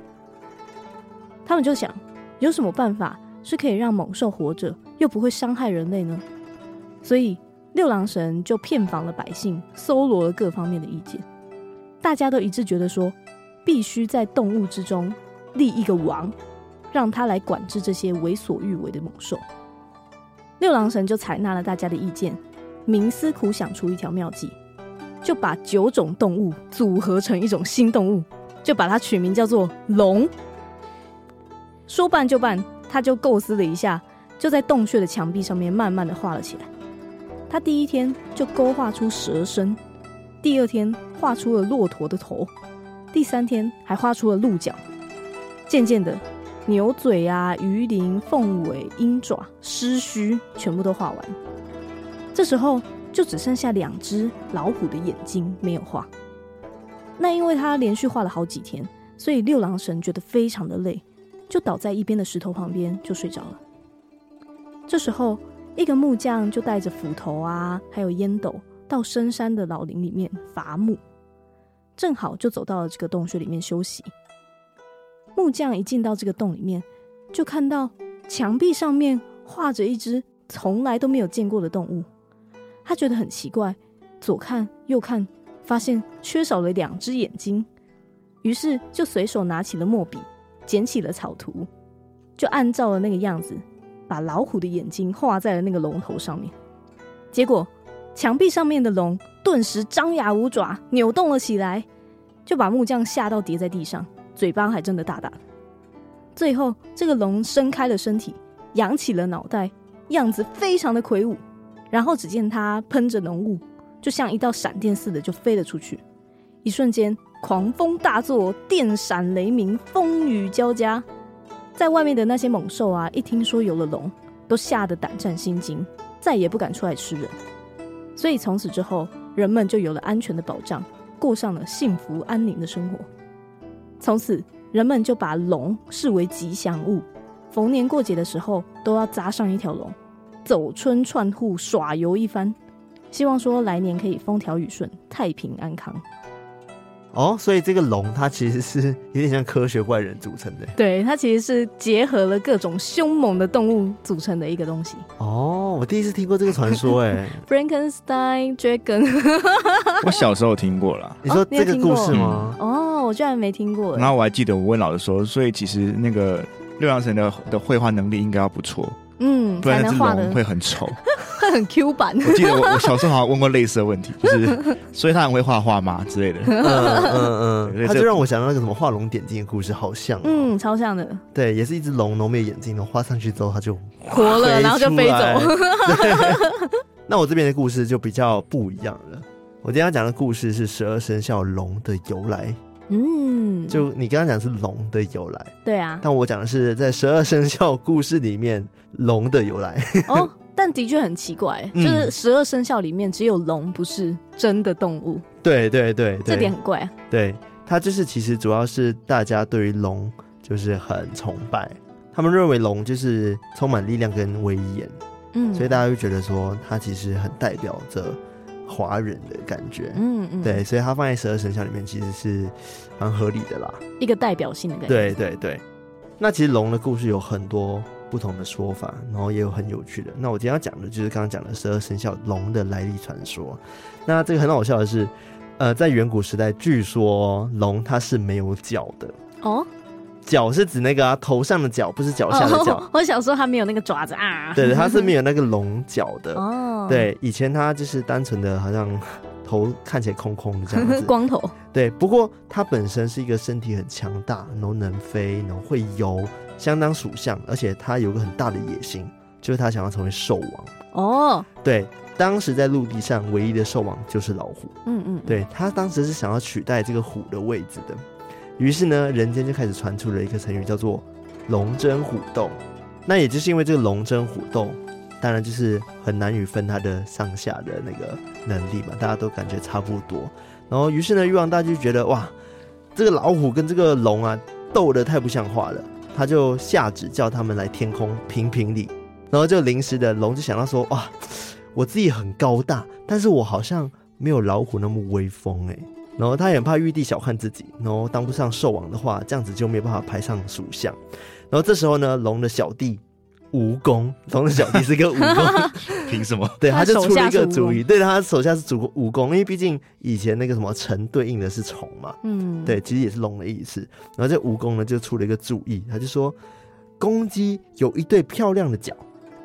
Speaker 2: 他们就想，有什么办法是可以让猛兽活着又不会伤害人类呢？所以六郎神就遍访了百姓，搜罗了各方面的意见。大家都一致觉得说，必须在动物之中立一个王，让他来管制这些为所欲为的猛兽。六郎神就采纳了大家的意见，冥思苦想出一条妙计，就把九种动物组合成一种新动物，就把它取名叫做龙。说办就办，他就构思了一下，就在洞穴的墙壁上面慢慢的画了起来。他第一天就勾画出蛇身，第二天画出了骆驼的头，第三天还画出了鹿角。渐渐的，牛嘴啊、鱼鳞、凤尾、鹰爪、狮须全部都画完。这时候就只剩下两只老虎的眼睛没有画。那因为他连续画了好几天，所以六郎神觉得非常的累，就倒在一边的石头旁边就睡着了。这时候，一个木匠就带着斧头啊，还有烟斗到深山的老林里面伐木，正好就走到了这个洞穴里面休息。木匠一进到这个洞里面，就看到墙壁上面画着一只从来都没有见过的动物，他觉得很奇怪，左看右看，发现缺少了两只眼睛，于是就随手拿起了墨笔，捡起了草图，就按照了那个样子，把老虎的眼睛画在了那个龙头上面。结果，墙壁上面的龙顿时张牙舞爪，扭动了起来，就把木匠吓到跌在地上，嘴巴还真的大大的。最后，这个龙伸开了身体，扬起了脑袋，样子非常的魁梧。然后只见它喷着浓雾，就像一道闪电似的就飞了出去。一瞬间，狂风大作，电闪雷鸣，风雨交加。在外面的那些猛兽啊，一听说有了龙，都吓得胆战心惊，再也不敢出来吃人。所以从此之后，人们就有了安全的保障，过上了幸福安宁的生活。从此，人们就把龙视为吉祥物，逢年过节的时候都要扎上一条龙，走村串户耍游一番，希望说来年可以风调雨顺、太平安康。
Speaker 1: 哦，所以这个龙它其实是有点像科学怪人组成的
Speaker 2: 对，它其实是结合了各种凶猛的动物组成的一个东西
Speaker 1: 哦。我第一次听过这个传说，哎， [laughs]
Speaker 2: ，Frankenstein Dragon。 [laughs]
Speaker 3: 我小时候听过啦。
Speaker 1: 你说这个故事吗？
Speaker 2: 哦，我居然没听过耶。
Speaker 3: 然后我还记得我问老师说，所以其实那个六郎神的的绘画能力应该要不错，
Speaker 2: 嗯，
Speaker 3: 不
Speaker 2: 才
Speaker 3: 然那只
Speaker 2: 能画的
Speaker 3: 龙会很丑。
Speaker 2: 会很 Q 版。
Speaker 3: 我记
Speaker 2: [laughs]
Speaker 3: 得我我小时候好像问过类似的问题，就是所以他很会画画吗之类
Speaker 2: [laughs]
Speaker 3: 的。
Speaker 1: 嗯 [laughs] 嗯
Speaker 3: 对
Speaker 1: 嗯，
Speaker 3: 这
Speaker 1: 它
Speaker 3: 个
Speaker 1: 就让我想到那个什么画龙点睛的故事，好像哦、
Speaker 2: 嗯，超像的，
Speaker 1: 对，也是一只龙，龙没有眼睛，龙画上去之后，它就
Speaker 2: 活了，然后就飞走。 [laughs]
Speaker 1: 出来。对那我这边的故事就比较不一样了。我今天要讲的故事是十二生肖龙的由来。
Speaker 2: 嗯，
Speaker 1: 就你刚刚讲是龙的由来，
Speaker 2: 对啊。
Speaker 1: 但我讲的是在十二生肖故事里面龙的由
Speaker 2: [laughs]
Speaker 1: 来。
Speaker 2: 哦，但的确很奇怪，
Speaker 1: 嗯
Speaker 2: 就是十二生肖里面只有龙不是真的动物，
Speaker 1: 对对对对，
Speaker 2: 这点很怪啊。
Speaker 1: 对它就是其实主要是大家对于龙就是很崇拜，他们认为龙就是充满力量跟威严，
Speaker 2: 嗯，
Speaker 1: 所以大家会觉得说它其实很代表着华人的感觉。
Speaker 2: 嗯嗯，
Speaker 1: 对，，所以它放在十二生肖里面其实是蛮合理的啦。
Speaker 2: 一个代表性的感觉。
Speaker 1: 对对对，那其实龙的故事有很多不同的说法，然后也有很有趣的。那我今天要讲的就是刚刚讲的十二生肖龙的来历传说。那这个很好笑的是，呃，在远古时代，据说龙它是没有脚的，
Speaker 2: 哦，
Speaker 1: 脚是指那个、啊、头上的脚，不是脚下的脚。
Speaker 2: 哦， [laughs] 我想说它没有那个爪子啊。
Speaker 1: 对，它是没有那个龙角的。
Speaker 2: 哦，，
Speaker 1: 对，以前它就是单纯的，好像头看起来空空的这样子。
Speaker 2: [laughs] 光头。
Speaker 1: 对，不过它本身是一个身体很强大，然后能飞，然后会游，相当属相，而且它有个很大的野心，就是它想要成为兽王。
Speaker 2: 哦，
Speaker 1: 对，当时在陆地上唯一的兽王就是老虎。
Speaker 2: 嗯嗯，，
Speaker 1: 对，它当时是想要取代这个虎的位置的。于是呢，人间就开始传出了一个成语，叫做“龙争虎斗”。那也就是因为这个龙争虎斗，当然就是很难与分它的上下的那个能力嘛，大家都感觉差不多。然后，于是呢，玉皇大帝就觉得哇，这个老虎跟这个龙啊，斗得太不像话了，他就下旨叫他们来天空评评理。然后就临时的龙就想到说，哇，我自己很高大，但是我好像没有老虎那么威风哎、然后他也很怕玉帝小看自己，然后当不上兽王的话，这样子就没有办法排上属相。然后这时候呢，龙的小弟蜈蚣， [laughs] 龙的小弟是个蜈蚣，
Speaker 2: [laughs]
Speaker 3: 凭什么？
Speaker 1: 对，
Speaker 2: 他
Speaker 1: 他
Speaker 2: 的
Speaker 1: 就
Speaker 2: 手
Speaker 1: 出了
Speaker 2: 下
Speaker 1: 一
Speaker 2: 是
Speaker 1: 个
Speaker 2: 蜈
Speaker 1: 主
Speaker 2: 蚣
Speaker 1: 意，对，他手下是主蜈蚣，因为毕竟以前那个什么辰对应的是虫嘛，
Speaker 2: 嗯，
Speaker 1: 对，，其实也是龙的意思。然后这蜈蚣呢就出了一个主意，他就说公鸡有一对漂亮的脚，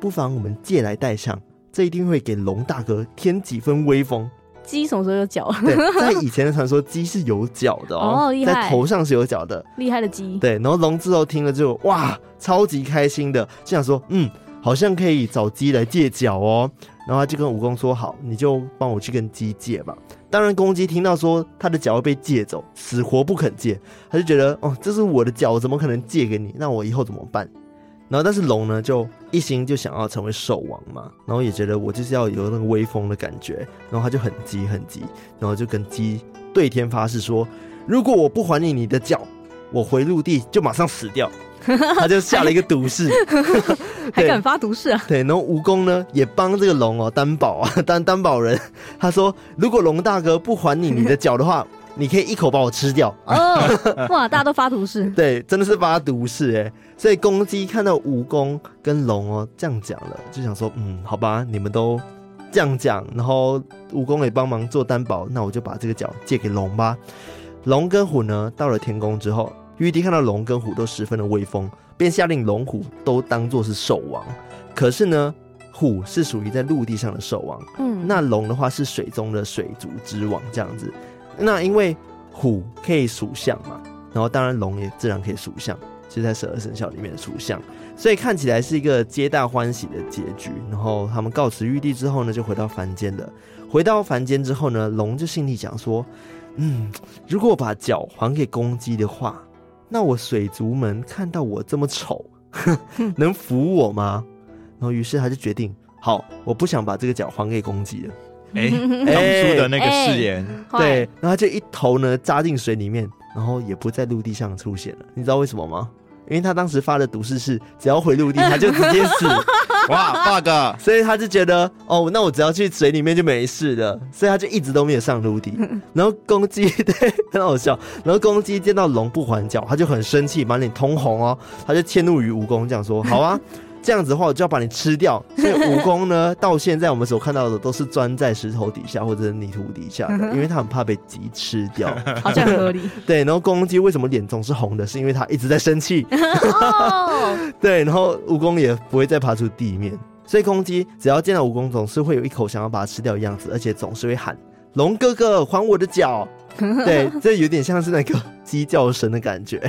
Speaker 1: 不妨我们借来戴上，这一定会给龙大哥添几分威风。
Speaker 2: 鸡什么时候有脚？
Speaker 1: 对，
Speaker 2: [laughs]
Speaker 1: 在以前的传说，鸡是有角的哦，
Speaker 2: 哦厉害
Speaker 1: 在头上是有角的。
Speaker 2: 厉害的鸡，
Speaker 1: 对，然后龙之后听了就哇，超级开心的，就想说，嗯，好像可以找鸡来借脚哦。然后他就跟蜈蚣说，好，你就帮我去跟鸡借吧。当然，公鸡听到说他的脚要被借走，死活不肯借，他就觉得，哦，这是我的脚，我怎么可能借给你？那我以后怎么办？然后，但是龙呢，就一心就想要成为兽王嘛，然后也觉得我就是要有那个威风的感觉，然后他就很急很急，然后就跟鸡对天发誓说，如果我不还你你的脚，我回陆地就马上死掉。他就下了一个毒誓，
Speaker 2: 还敢发毒
Speaker 1: [laughs]
Speaker 2: 誓啊？
Speaker 1: 对，然后蜈蚣呢也帮这个龙哦担保啊， [laughs] 担担保人，他说如果龙大哥不还你你的脚的话，你可以一口把我吃掉。
Speaker 2: 哦，哇，大家都发毒誓，
Speaker 1: 对，真的是把他毒誓哎，所以公鸡看到蜈蚣跟龙哦这样讲了，就想说嗯，好吧，你们都这样讲，然后蜈蚣也帮忙做担保，那我就把这个脚借给龙吧。龙跟虎呢到了天宫之后，玉帝看到龙跟虎都十分的威风，便下令龙虎都当做是兽王。可是呢，虎是属于在陆地上的兽王，
Speaker 2: 嗯，
Speaker 1: 那龙的话是水中的水族之王这样子。那因为虎可以属相嘛，然后当然龙也自然可以属相，就是在十二生肖里面的属相，所以看起来是一个皆大欢喜的结局。然后他们告辞玉帝之后呢，就回到凡间了。回到凡间之后呢，龙就心里想说：“嗯，如果我把脚还给公鸡的话，那我水族们看到我这么丑， [laughs] 能服我吗？”然后于是他就决定，好，我不想把这个脚还给公鸡了。
Speaker 3: 哎，当初的那个誓言，
Speaker 2: 哎
Speaker 1: 对，然后他就一头呢扎进水里面，然后也不在陆地上出现了。你知道为什么吗？因为他当时发的毒誓是，只要回陆地他就直接死，
Speaker 3: 哇，bug，
Speaker 1: 所以他就觉得哦，那我只要去水里面就没事了，所以他就一直都没有上陆地。然后公鸡对很好笑，然后公鸡见到龙不还脚，他就很生气，满脸通红哦，他就迁怒于蜈蚣，这样说：好啊。这样子的话，我就要把你吃掉。所以蜈蚣呢，到现在我们所看到的都是钻在石头底下或者是泥土底下的，因为他很怕被鸡吃掉。
Speaker 2: 嗨好像很合
Speaker 1: [laughs]
Speaker 2: 理
Speaker 1: 对，然后公鸡为什么脸总是红的？是因为它一直在生气。
Speaker 2: 哦，
Speaker 1: 对，然后蜈蚣也不会再爬出地面，所以公鸡只要见到蜈蚣，总是会有一口想要把它吃掉的样子，而且总是会喊“龙哥哥，还我的脚”。对，这有点像是那个鸡叫声的感觉。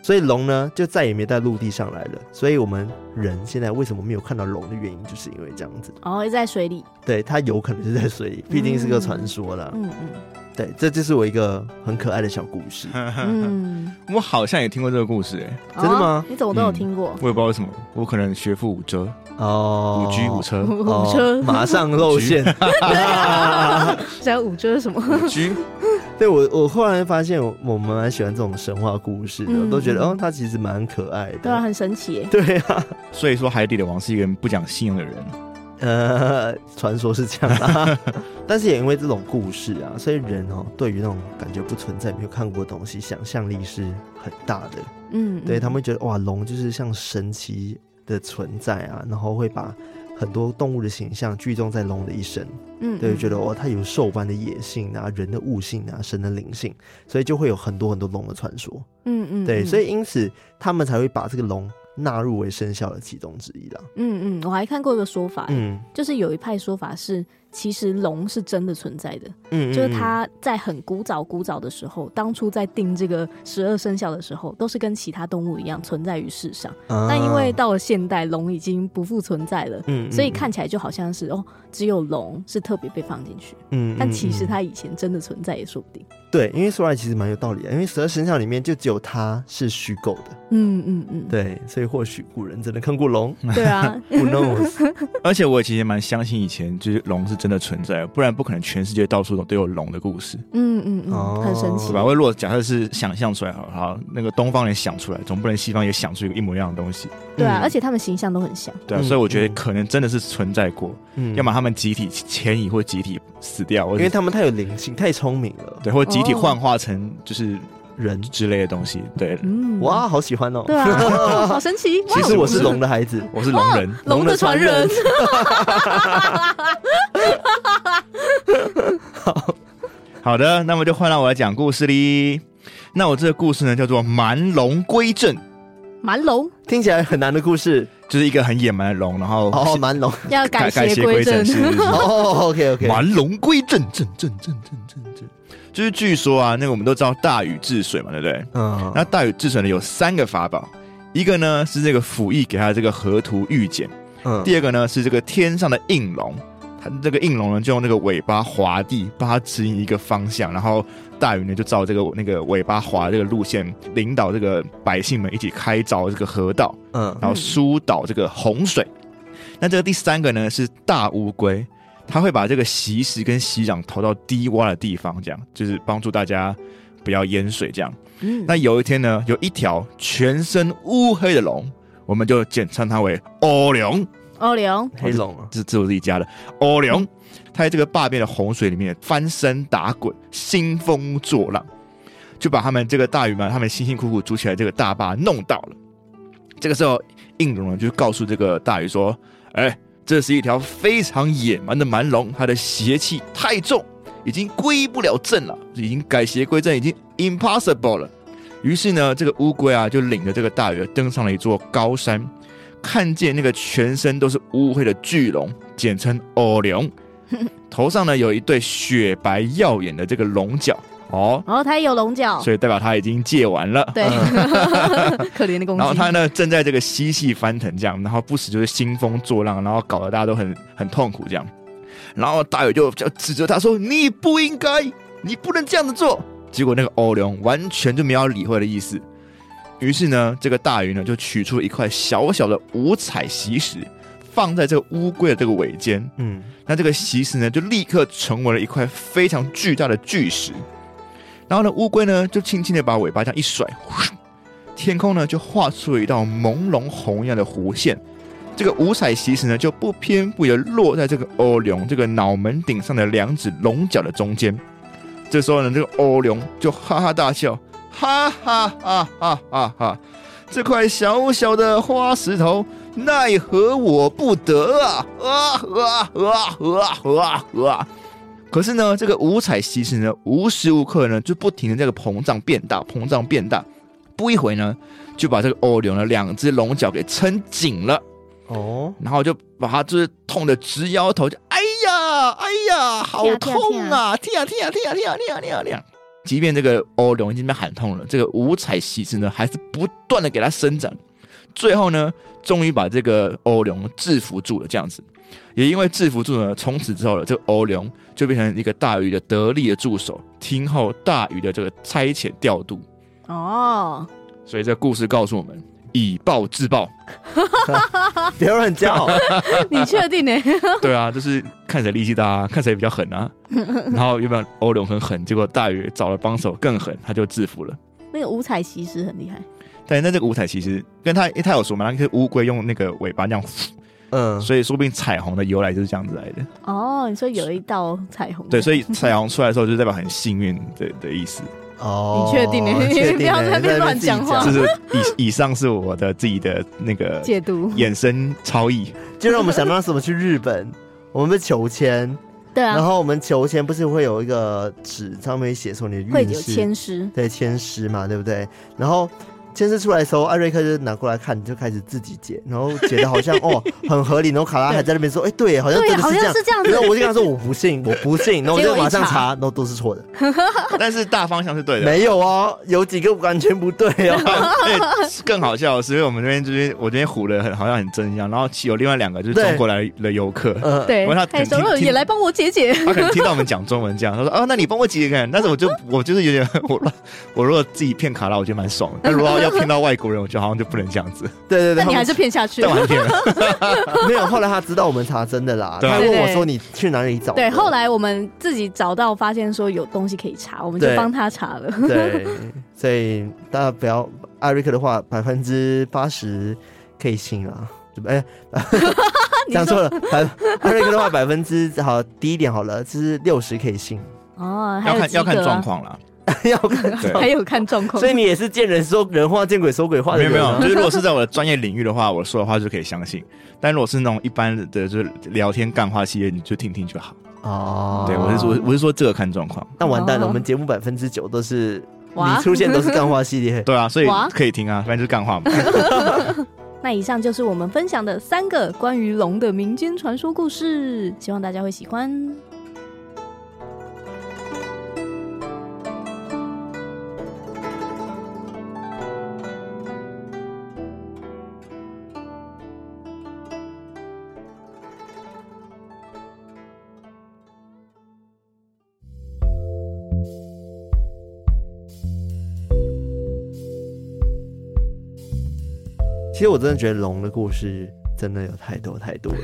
Speaker 1: 所以龙呢，就再也没在陆地上来了。所以我们人现在为什么没有看到龙的原因，就是因为这样子。
Speaker 2: 哦，一直在水里，
Speaker 1: 对，它有可能是在水里，毕竟是个传说啦。
Speaker 2: 嗯嗯
Speaker 1: 对，这就是我一个很可爱的小故事。
Speaker 2: 嗯，
Speaker 3: 我好像也听过这个故事，哎，
Speaker 1: 真的吗
Speaker 2: 哦你怎么都有听过？
Speaker 3: 我也不知道为什么，我可能学富五车，
Speaker 1: 哦，
Speaker 3: 五居
Speaker 2: [laughs]
Speaker 3: 五车，
Speaker 2: 五
Speaker 1: 哦
Speaker 2: 车，
Speaker 1: 马上露馅。
Speaker 2: 想五车是什么？
Speaker 1: 嗯
Speaker 3: 五居，
Speaker 1: 对我，我后来发现我我们蛮喜欢这种神话故事的，
Speaker 2: 嗯
Speaker 1: 我都觉得哦，它其实蛮可爱的。
Speaker 2: 对啊，很神奇耶。
Speaker 1: [laughs] 对啊，
Speaker 3: 所以说海底的王是一个不讲信用的人，
Speaker 1: 呃，传说是这样
Speaker 2: [laughs]
Speaker 1: 啦，但是也因为这种故事啊，所以人哦，对于那种感觉不存在、没有看过的东西，想象力是很大的。
Speaker 2: 嗯，
Speaker 1: 对他们会觉得哇，龙就是像神奇的存在啊，然后会把很多动物的形象聚中在龙的一身。
Speaker 2: 嗯，
Speaker 1: 对，
Speaker 2: 嗯
Speaker 1: 觉得哇，它有兽般的野性啊，人的悟性啊，神的灵性，所以就会有很多很多龙的传说。
Speaker 2: 嗯嗯，
Speaker 1: 对，
Speaker 2: 嗯
Speaker 1: 所以因此他们才会把这个龙纳入为生肖的其中之一啦。
Speaker 2: 嗯嗯，我还看过一个说法，
Speaker 1: 嗯
Speaker 2: 就是有一派说法是，其实龙是真的存在的，
Speaker 1: 嗯
Speaker 2: 就是，它在很古早古早的时候，当初在定这个十二生肖的时候，都是跟其他动物一样存在于世上。
Speaker 1: 那
Speaker 2: 但因为到了现代，龙已经不复存在了。
Speaker 1: 啊嗯
Speaker 2: 所以看起来就好像是哦，只有龙是特别被放进去，
Speaker 1: 嗯
Speaker 2: 但其实
Speaker 1: 它
Speaker 2: 它以前真的存在也说不定。
Speaker 1: 对，因为说来其实蛮有道理的，因为十二生肖里面就只有它是虚构的，
Speaker 2: 嗯嗯嗯，
Speaker 1: 对，所以或许古人真的看过龙
Speaker 3: 嗯
Speaker 2: 对啊，
Speaker 1: ，Who
Speaker 2: [laughs]
Speaker 1: knows？
Speaker 3: 而且我其实蛮相信以前就是龙是真的存在，不然不可能全世界到处都有龙的故事，
Speaker 2: 嗯嗯
Speaker 1: 哦
Speaker 2: 嗯，很神
Speaker 1: 是
Speaker 2: 奇
Speaker 3: 对吧？。我如果假设是想象出来好了，好，那个东方人想出来，总不能西方也想出一个一模一样的东西，
Speaker 2: 对啊
Speaker 1: 嗯，
Speaker 2: 而且他们形象都很像。
Speaker 3: 对啊，
Speaker 1: 嗯
Speaker 3: 所以我觉
Speaker 1: 嗯
Speaker 3: 得可能真的是存在过，
Speaker 1: 嗯
Speaker 3: 要么他们集体迁移或集体死掉，或
Speaker 1: 因
Speaker 3: 者
Speaker 1: 为
Speaker 3: 是
Speaker 1: 他们太有灵性，太聪明了，
Speaker 3: 对，或者集体
Speaker 2: 哦
Speaker 3: 幻化成就是
Speaker 1: 人
Speaker 3: 之类的东西，对，
Speaker 2: 嗯，，
Speaker 1: 哇，好喜欢哦。
Speaker 2: 对啊，哦好神奇。哇
Speaker 1: [laughs] 其实我是龙的孩子，
Speaker 3: 我是龙人，
Speaker 2: 龙的传人。
Speaker 3: 好的，那么就换到我来讲故事哩。那我这个故事呢，叫做《蛮龙归正》。
Speaker 2: 蛮龙， [laughs]
Speaker 1: 听起来很难的故事，
Speaker 3: 就是一个很野蛮的龙，然后
Speaker 1: 哦，蛮龙，
Speaker 2: 要
Speaker 3: 改
Speaker 2: 改邪
Speaker 3: 邪
Speaker 2: 归
Speaker 3: 正，
Speaker 2: 正。
Speaker 3: 是是是
Speaker 1: [laughs] 哦，OK OK，
Speaker 3: [laughs] 蛮龙归正，正正正正正正。就是据说啊，那个我们都知道大禹治水嘛，对不对？
Speaker 1: 嗯，
Speaker 3: 那大禹治水呢有三个法宝，一个呢是这个辅义给他这个河图玉简，
Speaker 1: 嗯
Speaker 3: 第二个呢是这个天上的应龙，他这个应龙呢就用那个尾巴划地，帮他指引一个方向，然后大禹呢就照这个那个尾巴划的这个路线，领导这个百姓们一起开凿这个河道，
Speaker 1: 嗯
Speaker 3: 然后疏导这个洪水。那这个第三个呢是大乌龟，它会把这个习石跟习壤投到低洼的地方，这样就是帮助大家不要淹水这样。
Speaker 2: 嗯
Speaker 3: 那有一天呢，有一条全身乌黑的龙，我们就简称它为欧龙，
Speaker 2: 欧哦龙，
Speaker 1: 黑龙啊，
Speaker 3: 这这是我自己家的欧龙。它在这个坝边的洪水里面翻身打滚，兴风作浪，就把他们这个大鱼们，他们辛辛苦苦筑起来这个大坝弄到了。这个时候，应龙呢就告诉这个大鱼说：“哎，这是一条非常野蛮的蛮龙，它的邪气太重，已经归不了正了，已经改邪归正，已经 impossible 了。”于是呢，这个乌龟啊就领着这个大鱼登上了一座高山，看见那个全身都是乌黑的巨龙，简称欧龙，头上呢有一对雪白耀眼的这个龙角哦，
Speaker 2: 然后它也有龙角，
Speaker 3: 所以代表他已经戒完了。
Speaker 2: 对， [laughs] 可怜的公鸡。
Speaker 3: 然后他呢，正在这个嬉戏翻腾这样，然后不时就是兴风作浪，然后搞得大家都很很痛苦这样。然后大友就就指责他说：“你不应该，你不能这样子做。”结果那个欧龙完全就没有理会的意思。于是呢，这个大鱼呢就取出一块小小的五彩席石，放在这个乌龟的这个尾尖，
Speaker 2: [laughs]
Speaker 1: 嗯，
Speaker 3: 那这个席石呢，就立刻成为了一块非常巨大的巨石。然后呢，乌龟呢就轻轻的把尾巴这样一甩，呼天空呢就画出了一道朦胧红一样的弧线。这个五彩席石呢就不偏不倚的落在这个欧龙这个脑门顶上的两指龙角的中间。这时候呢，这个欧龙就哈哈大笑，哈哈哈哈哈哈！这块小小的花石头奈何我不得啊！啊啊啊啊啊啊！可是呢，这个五彩西施呢，无时无刻呢就不停的这个膨胀变大，膨胀变大，不一会呢，就把这个欧流呢两只龙角给撑紧了，
Speaker 1: 哦，
Speaker 3: 然后就把它就是痛的直摇头，就哎呀哎呀，好痛啊！天啊天啊天啊天啊天啊天啊天啊！即便这个欧流已经被喊痛了，这个五彩西施呢还是不断的给它伸展，最后呢，终于把这个欧龙制服住了，这样子。也因为制服住呢，从此之后了，这个欧龙就变成一个大禹的得力的助手，听候大禹的这个差遣调度。
Speaker 2: 哦，
Speaker 3: 所以这个故事告诉我们，以暴制暴。
Speaker 1: 不要乱
Speaker 2: [laughs]
Speaker 1: 叫，哦
Speaker 2: 你确定呢？
Speaker 3: 对啊，就是看谁力气大、啊，看谁比较狠啊。然后原本欧龙很狠，结果大禹找了帮手更狠，他就制服了。
Speaker 2: 那个五彩西施很厉害，
Speaker 3: 但那这个五彩其实跟他他有说嘛，那个乌龟用那个尾巴这样，
Speaker 1: 嗯，
Speaker 3: 所以说不定彩虹的由来就是这样子来的。
Speaker 2: 哦，你说有一道彩虹，
Speaker 3: 对，所以彩虹出来的时候，就代表很幸运的的意思。
Speaker 1: 哦，
Speaker 2: 你确定呢
Speaker 1: 确定呢
Speaker 2: [laughs] 你不要在那边
Speaker 1: 在
Speaker 2: 乱
Speaker 1: 自己
Speaker 2: 讲话
Speaker 3: 这是以以上是我的自己的那个
Speaker 2: 解读，
Speaker 3: 衍生超意，
Speaker 1: 就让我们想到什么去日
Speaker 2: [laughs]
Speaker 1: 本，我们被求签，
Speaker 2: 对
Speaker 1: 然
Speaker 2: 啊，
Speaker 1: 后我们求签不是会有一个纸上面写说你的
Speaker 2: 会
Speaker 1: 运
Speaker 2: 有
Speaker 1: 势，
Speaker 2: 签诗，
Speaker 1: 对，签诗嘛，对不对？然后签诗出来的时候，艾瑞克就拿过来看，就开始自己解，然后解的好
Speaker 2: [laughs]
Speaker 1: 像哦很合理，然后卡拉还在那边说，哎，对，好像
Speaker 2: 对，
Speaker 1: 真的
Speaker 2: 好
Speaker 1: 是这
Speaker 2: 像
Speaker 1: 样。
Speaker 2: 是这样
Speaker 1: 然后
Speaker 2: 子，
Speaker 1: 我就跟他说我不信，我不信，然后我
Speaker 2: [laughs] 结
Speaker 1: 就
Speaker 2: 果一
Speaker 1: 马上
Speaker 2: 查
Speaker 1: 查，然后都是错的，
Speaker 3: 但是大方向是 [laughs] 对的。啊
Speaker 1: 没有哦，有几个完全不对哦，
Speaker 3: 对更好笑的是，因为我们这边就是我这边唬的很好像很真一样，然后有另外两个就是中国来的游客，
Speaker 1: 嗯，
Speaker 2: [laughs] 对
Speaker 3: 我让他，
Speaker 2: 哎，小
Speaker 3: 听
Speaker 2: 乐
Speaker 3: 听
Speaker 2: 也来帮我解解，
Speaker 3: 他可能听到我们讲中文这样，他说：“哦，那你帮我解解看。”但是我就我就是有点我乱我如果自己骗卡拉，我觉得蛮爽的；但如果要骗到外国人，我觉得好像就不能这样子，
Speaker 1: 对对对，
Speaker 2: 但
Speaker 1: 他
Speaker 2: 你
Speaker 1: 们
Speaker 2: 还是骗下去
Speaker 3: 但。我还骗了。
Speaker 1: [laughs] 没有，后来他知道我们查真的啦，
Speaker 3: 对
Speaker 1: 他
Speaker 3: 啊
Speaker 1: 还问我说你去哪里找的？
Speaker 2: 对，后来我们自己找到，发现说有东西可以查，我们就
Speaker 1: 对
Speaker 2: 帮他查了。
Speaker 1: 对，所以大家不要艾瑞克的话，百分之八十可以信啦。对
Speaker 2: [laughs]
Speaker 1: 吧哎，
Speaker 2: 你
Speaker 1: 讲
Speaker 2: 说
Speaker 1: 错了，百艾瑞克的话百分之好低一点好了，就是六十可以信，
Speaker 2: [laughs]
Speaker 1: [laughs]
Speaker 2: [laughs] 哦，还
Speaker 3: 要
Speaker 2: 有
Speaker 3: 看
Speaker 2: 及格
Speaker 3: 要看状
Speaker 2: 啊，
Speaker 3: 况啦，
Speaker 1: 要看。
Speaker 3: 对。
Speaker 2: 还有看状况
Speaker 1: 所。以你也是见人说人话，见鬼说鬼话的
Speaker 3: 没有
Speaker 1: 人、
Speaker 3: 没有，
Speaker 1: 啊。
Speaker 3: 就是如果是在我的专业领域的话，我说的话就可以相信；但如果是那种一般的，就是聊天干话系列，你就听听就好。
Speaker 1: 哦，
Speaker 3: 对，我是说，我是说这个看状况。
Speaker 1: 那完蛋了，
Speaker 2: 哦
Speaker 1: 我们节目百分之九都是
Speaker 2: 哇
Speaker 1: 你出现都是干话系列。
Speaker 3: 对啊，所以
Speaker 2: 哇
Speaker 3: [laughs] 可以听啊，反正就是干话嘛。
Speaker 2: 那以上就是我们分享的三个关于龙的民间传说故事，希望大家会喜欢。
Speaker 1: 其实我真的觉得龙的故事真的有太多太 [laughs] 多了，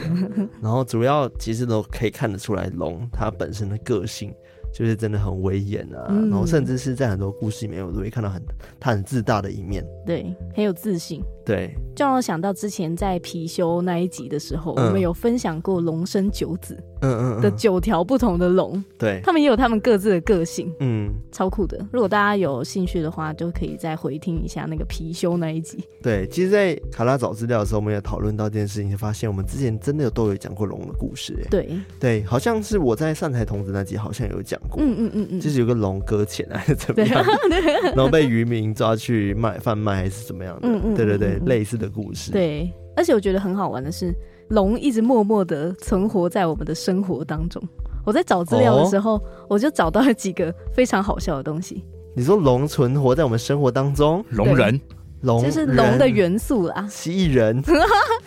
Speaker 1: 然后主要其实都可以看得出来，龙它本身的个性就是真的很威严啊，
Speaker 2: 嗯
Speaker 1: 然后甚至是在很多故事里面，我都会看到很它很自大的一面。
Speaker 2: 对，很有自信。
Speaker 1: 对，
Speaker 2: 就让我想到之前在貔貅那一集的时候，
Speaker 1: 嗯
Speaker 2: 我们有分享过龙生九子
Speaker 1: 嗯嗯
Speaker 2: 的
Speaker 1: 嗯，
Speaker 2: 九条不同的龙，
Speaker 1: 对，
Speaker 2: 他们也有他们各自的个性，
Speaker 1: 嗯，
Speaker 2: 超酷的。如果大家有兴趣的话，就可以再回听一下那个貔貅那一集。
Speaker 1: 对。其实，在卡拉找资料的时候，我们也讨论到这件事情，发现我们之前真的有都有讲过龙的故事、欸。
Speaker 2: 对，
Speaker 1: 对，好像是我在善财童子那集好像有讲过。
Speaker 2: 嗯嗯嗯嗯，
Speaker 1: 就是有个龙搁浅啊还是怎么样，
Speaker 2: [laughs]
Speaker 1: 然后被渔民抓去卖贩卖还是怎么样的，
Speaker 2: 嗯嗯
Speaker 1: 对对对
Speaker 2: 嗯，嗯
Speaker 1: 类似的故事，，
Speaker 2: 对。而且我觉得很好玩的是，龙一直默默的存活在我们的生活当中。我在找资料的时候，
Speaker 1: 哦
Speaker 2: 我就找到了几个非常好笑的东西，
Speaker 1: 你说龙存活在我们生活当中，
Speaker 3: 龙人
Speaker 1: 龙
Speaker 2: 就是龙的
Speaker 1: 人
Speaker 2: 元素啦，
Speaker 1: 蜥蜴人，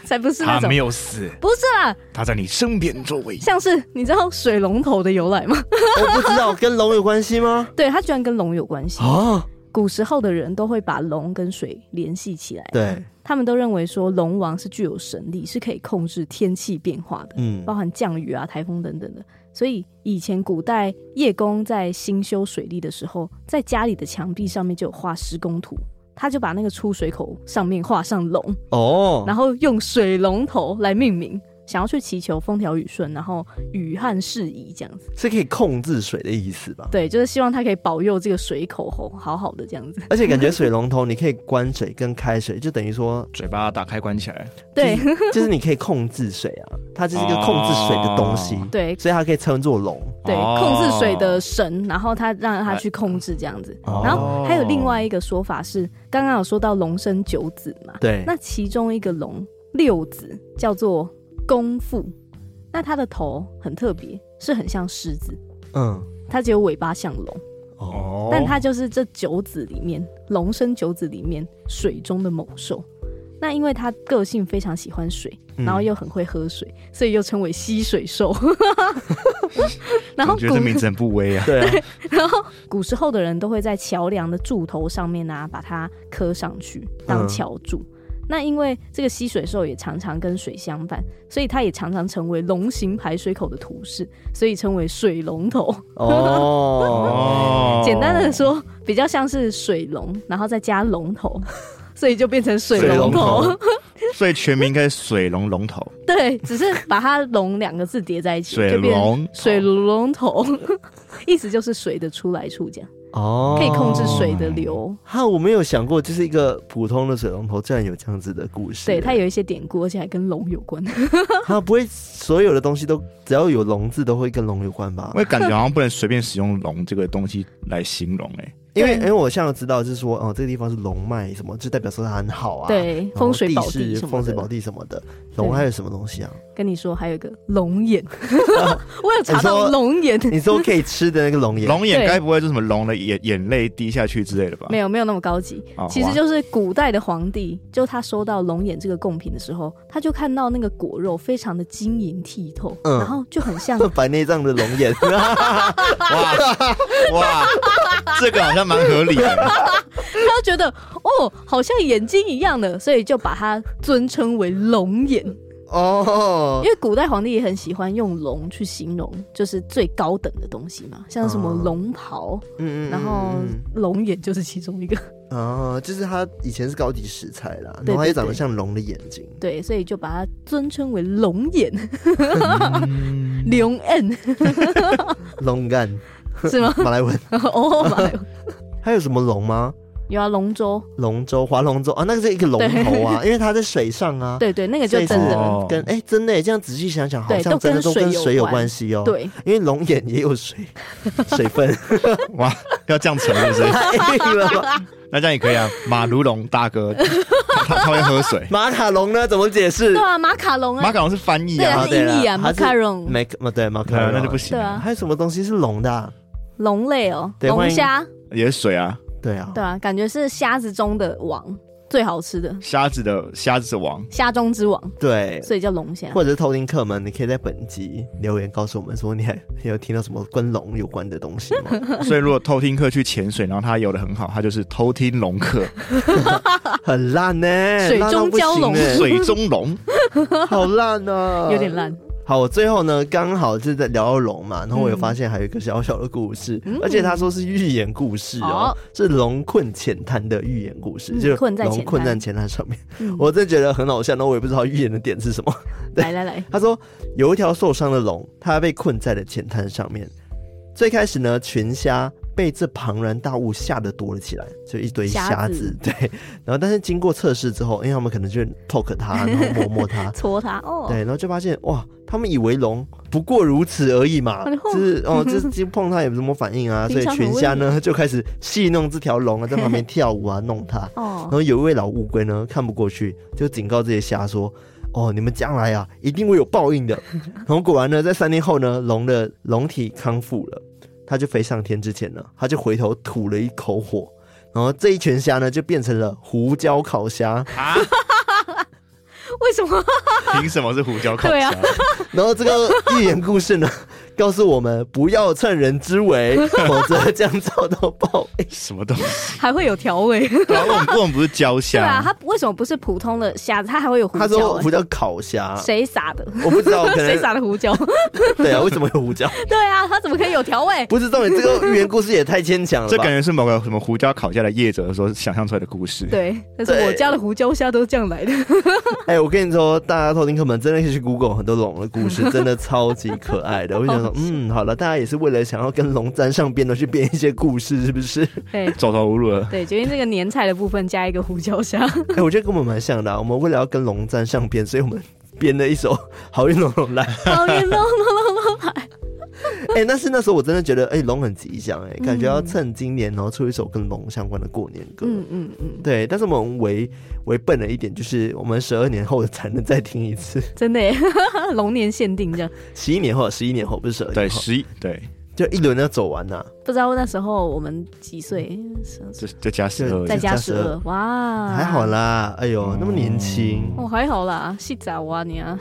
Speaker 2: 才不是那
Speaker 3: 他
Speaker 2: 种
Speaker 3: 没，有死，
Speaker 2: 不是啦，
Speaker 3: 他在你身边周围。
Speaker 2: 像是你知道水龙头的由来
Speaker 1: 哦
Speaker 2: 吗？
Speaker 1: 我不知道跟龙有关系
Speaker 2: [laughs]
Speaker 1: 吗？
Speaker 2: 对，它居然跟龙有关系。
Speaker 1: 啊，
Speaker 2: 古时候的人都会把龙跟水联系起来，
Speaker 1: 对，
Speaker 2: 他们都认为说龙王是具有神力，是可以控制天气变化的，
Speaker 1: 嗯
Speaker 2: 包含降雨啊、台风等等的。所以以前古代叶公在兴修水利的时候，在家里的墙壁上面就有画施工图，他就把那个出水口上面画上龙，
Speaker 1: 哦，
Speaker 2: 然后用水龙头来命名，想要去祈求风调雨顺，然后雨旱适宜这样子。
Speaker 1: 是可以控制水的意思吧？
Speaker 2: 对，就是希望它可以保佑这个水口吼好好的这样子。
Speaker 1: 而且感觉水龙头你可以关水跟开水，就等于说，
Speaker 3: 嘴巴打开关起来，
Speaker 2: [laughs] 对
Speaker 1: 就是你可以控制水啊，它就是一个控制水的东西，
Speaker 3: 哦
Speaker 2: 对
Speaker 1: 所以它可以称作龙。
Speaker 2: 对，
Speaker 3: 哦
Speaker 2: 控制水的神，然后他让他去控制这样子。
Speaker 1: 哎哦
Speaker 2: 然后还有另外一个说法是，刚刚有说到龙生九子嘛，
Speaker 1: 对，
Speaker 2: 那其中一个龙六子叫做公父，那它的头很特别，是很像狮子，
Speaker 1: 嗯，
Speaker 2: 它只有尾巴像龙，
Speaker 1: 哦，
Speaker 3: 哦
Speaker 2: 但它就是这九子里面龙生九子里面水中的猛兽。那因为它个性非常喜欢水，
Speaker 1: 嗯
Speaker 2: 然后又很会喝水，所以又称为吸水
Speaker 3: [laughs]
Speaker 2: 兽。 [laughs] 然后
Speaker 3: 我觉得这
Speaker 2: 古
Speaker 3: 名字很不威啊。
Speaker 1: 对
Speaker 2: [laughs]
Speaker 1: 啊，
Speaker 2: 然后古时候的人都会在桥梁的柱头上面啊，把它刻上去当桥柱。那因为这个吸水兽也常常跟水相伴，所以它也常常成为龙形排水口的图示，所以称为水龙头。
Speaker 1: 哦，
Speaker 3: 哦
Speaker 2: 简单的，说，比较像是水龙，然后再加龙头， [laughs] 所以就变成水龙头。
Speaker 1: 水龙
Speaker 3: 所以全名应该是水龙龙头，
Speaker 2: [laughs] 对，只是把它“龙”两个字叠在一起，
Speaker 3: 水
Speaker 2: 就变成
Speaker 3: 龙
Speaker 2: 水龙头， [laughs] 意思就是水的出来处，这样
Speaker 1: 哦，
Speaker 2: 可以控制水的流。
Speaker 1: 哈，我没有想过，就是一个普通的水龙头，竟然有这样子的故事。
Speaker 2: 对，它有一些典故，而且还跟龙有关。
Speaker 1: 它不会所有的东西都只要有龙字都会跟
Speaker 2: [laughs]
Speaker 1: 龙有关吧？
Speaker 3: 我也感觉好像不能随便使用“龙”这个东西来形容哎、
Speaker 1: 因为因
Speaker 2: 对
Speaker 1: 为我现在知道就是说，哦，这个地方是龙脉什么，就代表说它很好啊。然
Speaker 2: 对，
Speaker 1: 后
Speaker 2: 风水宝
Speaker 1: 地
Speaker 2: 地
Speaker 1: 势
Speaker 2: 什么的。
Speaker 1: 风水宝地什么的。龙还有什么东西啊？
Speaker 2: 跟你说，还有一个龙眼， [laughs] 我有查到龙眼，
Speaker 1: 哦你说可以吃的那个龙眼，
Speaker 3: 龙眼
Speaker 2: 对
Speaker 3: 该不会就是什么龙的眼眼泪滴下去之类的吧？
Speaker 2: [laughs] 没有没有那么高级。
Speaker 3: 哦
Speaker 2: 其实就是古代的皇帝，就他收到龙眼这个贡品的时候，他就看到那个果肉非常的晶莹剔透，
Speaker 1: 嗯
Speaker 2: 然后就
Speaker 1: [laughs]
Speaker 2: 很像
Speaker 1: 白内障的龙
Speaker 2: [laughs]
Speaker 1: 眼，
Speaker 3: 哇哇，这个好像蛮合理的。
Speaker 2: 他觉得哦，好像眼睛一样的，所以就把它尊称为龙
Speaker 1: 嗯
Speaker 2: 眼。 [laughs]
Speaker 1: 哦
Speaker 2: 因，为古代皇帝也很喜欢用龙去形容，就是最高等的东西嘛，像什么
Speaker 1: 哦
Speaker 2: 龙袍，
Speaker 1: 嗯
Speaker 2: 然后龙眼就是其中一个。
Speaker 1: 哦，就是它以前是高级食材啦，
Speaker 2: 对
Speaker 1: 然后它也
Speaker 2: 对
Speaker 1: 长得
Speaker 2: 对
Speaker 1: 像龙的眼睛。
Speaker 2: [laughs] 对，所以就把它尊称为龙眼，嗯龙眼
Speaker 1: 龙干，
Speaker 2: 是吗？ [laughs]
Speaker 1: 马来文，
Speaker 2: 哦，马来文
Speaker 1: 还有什么龙吗？
Speaker 2: 有啊，龙舟，
Speaker 1: 龙舟、划龙舟啊，那个是一个龙头啊，因为它在水上啊。
Speaker 2: 对对，那个就
Speaker 1: 所以
Speaker 2: 真的，
Speaker 3: 哦
Speaker 1: 跟哎、真的耶这样仔细想想，好
Speaker 2: 对
Speaker 1: 像
Speaker 2: 都
Speaker 1: 真的都
Speaker 2: 跟水
Speaker 1: 跟
Speaker 2: 有
Speaker 1: 水有
Speaker 2: 关
Speaker 1: 关系哦。，
Speaker 2: 对
Speaker 1: 因为龙
Speaker 2: [laughs]
Speaker 1: 眼也有水水分， [laughs]
Speaker 3: 哇，要这样扯是不是？
Speaker 1: 太硬了吧？
Speaker 3: 那这样也可以啊。马如龙大哥，他他他会喝水。
Speaker 1: 马卡龙呢？怎么解释
Speaker 2: 对？啊，马卡龙
Speaker 3: 马
Speaker 2: 啊，
Speaker 3: 卡龙是翻译啊
Speaker 2: 它，是英译啊
Speaker 1: 它是
Speaker 2: macaron
Speaker 1: mac 哦对 macaron，
Speaker 3: 对啊，那就不。行
Speaker 2: 对啊
Speaker 3: 啊，
Speaker 1: 还有什么东西是龙的啊？
Speaker 2: 龙类哦，
Speaker 1: 对欢
Speaker 2: 龙
Speaker 1: 迎
Speaker 2: 虾，
Speaker 3: 也是水啊。
Speaker 1: 对啊，
Speaker 2: 对啊，感觉是虾子中的王，最好吃的
Speaker 3: 虾子的虾子王，
Speaker 2: 虾中之王，
Speaker 1: 对，
Speaker 2: 所以叫龙虾。
Speaker 1: 或者是偷听客们，你可以在本集留言告诉我们说，你还你有听到什么跟龙有关的东西
Speaker 2: [laughs]
Speaker 1: 吗？
Speaker 3: [laughs] 所以如果偷听客去潜水，然后他游的很好，他就是偷听龙客，
Speaker 1: 很烂呢、
Speaker 2: 水
Speaker 1: 烂到
Speaker 2: 中
Speaker 1: 不行
Speaker 2: 蛟龙
Speaker 1: 欸
Speaker 3: 水中龙。
Speaker 1: 好烂啊呢、
Speaker 2: 有点。烂，
Speaker 1: 好，我最后呢，刚好是在聊到龙嘛，然后我有
Speaker 2: 嗯
Speaker 1: 发现还有一个小小的故事，
Speaker 2: 嗯
Speaker 1: 而且他说是寓言故事哦，
Speaker 2: 哦
Speaker 1: 是龙困浅滩的寓言故事，
Speaker 2: 嗯
Speaker 1: 就是
Speaker 2: 困在
Speaker 1: 龙
Speaker 2: 浅
Speaker 1: 困
Speaker 2: 滩
Speaker 1: 在浅滩上面，
Speaker 2: 嗯
Speaker 1: 我真的觉得很好笑，那我也不知道寓言的点是什么。对
Speaker 2: 来来来，
Speaker 1: 他说有一条受伤的龙，它被困在了浅滩上面。最开始呢，群虾被这庞然大物吓得躲了起来，就一堆
Speaker 2: 虾
Speaker 1: 虾
Speaker 2: 子，
Speaker 1: 子。对，然后但是经过测试之后，因为他们可能就 poke 它，然后摸摸它
Speaker 2: 戳它哦
Speaker 1: 对，，然后就发现哇，他们以为龙不过如此而已嘛，
Speaker 2: 然后
Speaker 1: 就是
Speaker 2: [laughs]
Speaker 1: 哦，就是就碰它也没什么反应啊，所
Speaker 2: 平
Speaker 1: 以
Speaker 2: 常很
Speaker 1: 群虾呢就开始戏弄这条龙啊，在旁
Speaker 2: [laughs]
Speaker 1: 边跳舞啊，弄它。然 [laughs]
Speaker 2: 哦，
Speaker 1: 后有一位老乌龟呢看不过去，就警告这些虾说：“哦，你们将来啊一定会有报应
Speaker 2: [laughs]
Speaker 1: 的。”然后果然呢，在三天后呢，龙的龙体康复了，它就飞上天之前呢，它就回头吐了一口火，然后这一群虾呢就变成了胡椒烤虾，
Speaker 3: 啊？
Speaker 2: 为什么？ [laughs]
Speaker 3: 凭什么是胡椒烤
Speaker 2: 对
Speaker 3: 虾 [laughs]
Speaker 2: 啊？
Speaker 1: 然后这个寓言故事 [laughs] 呢，告诉我们不要趁人之 [laughs] 危，否则将遭到报应。
Speaker 3: 什么东西？
Speaker 2: 还会有调味？
Speaker 3: 对啊我们我们不是焦
Speaker 2: 对啊，
Speaker 3: 虾，
Speaker 2: 它为什么不是普通的虾子，它还会有胡
Speaker 1: 他
Speaker 2: 椒
Speaker 1: 说 [laughs]
Speaker 2: 欸？
Speaker 1: 胡椒烤虾，
Speaker 2: 谁撒的？
Speaker 1: 我不知道，啊哦可
Speaker 2: [laughs] 谁
Speaker 1: 能
Speaker 2: 撒的
Speaker 1: [laughs]
Speaker 2: 胡椒？
Speaker 1: 对啊，为什么有胡 [laughs] 椒？
Speaker 2: 对啊，它怎么可以有调味？
Speaker 1: 不是重点，这个寓言故事也太牵强了吧？ [laughs]
Speaker 3: 这感觉是某个什么胡椒烤虾的业者所想象出来的故事。
Speaker 2: 对，但是我家的胡椒虾都是这样
Speaker 1: [laughs]
Speaker 2: 来的。
Speaker 1: 哎、我跟你说，大家偷听课们真的可以去 Google 很多龙的故 [laughs] 事，真的超级可爱的。我就想说，嗯，好了，大家也是为了想要跟龙沾上边的去编一些故事，是不是？ [laughs]
Speaker 2: 对
Speaker 3: 走投无路了，
Speaker 2: 对，决定这个年菜的部分加一个胡
Speaker 1: [laughs]
Speaker 2: 椒虾。
Speaker 1: 哎、我觉得跟我们蛮像的啊、我们为了要跟龙沾上边，所以我们编了一首《好运龙龙来》
Speaker 2: 好运龙龙龙龙来，
Speaker 1: [laughs] 哎、但是那时候我真的觉得，哎、龙很吉祥、哎，感觉要趁今年，然后出一首跟龙相关的过年歌。
Speaker 2: 嗯嗯嗯，
Speaker 1: 对，但是我们为为笨了一点，就是我们十二年后才能再听一次， [laughs]
Speaker 2: 真的耶， [laughs] 龙年限定这样。
Speaker 1: 十一年后，十一年后不是十二
Speaker 3: 对，
Speaker 1: 年后，
Speaker 3: 十一对，
Speaker 1: 就一轮要走完呐、
Speaker 2: 不知道那时候我们几岁，
Speaker 3: 这这加十
Speaker 1: 就
Speaker 3: 二
Speaker 1: 我，
Speaker 2: 再加
Speaker 1: 加
Speaker 2: 十二，哇，
Speaker 1: 还好。啦，哎呦，
Speaker 2: 嗯
Speaker 1: 那么年轻，
Speaker 2: 哦，还好啦，细仔哇你啊，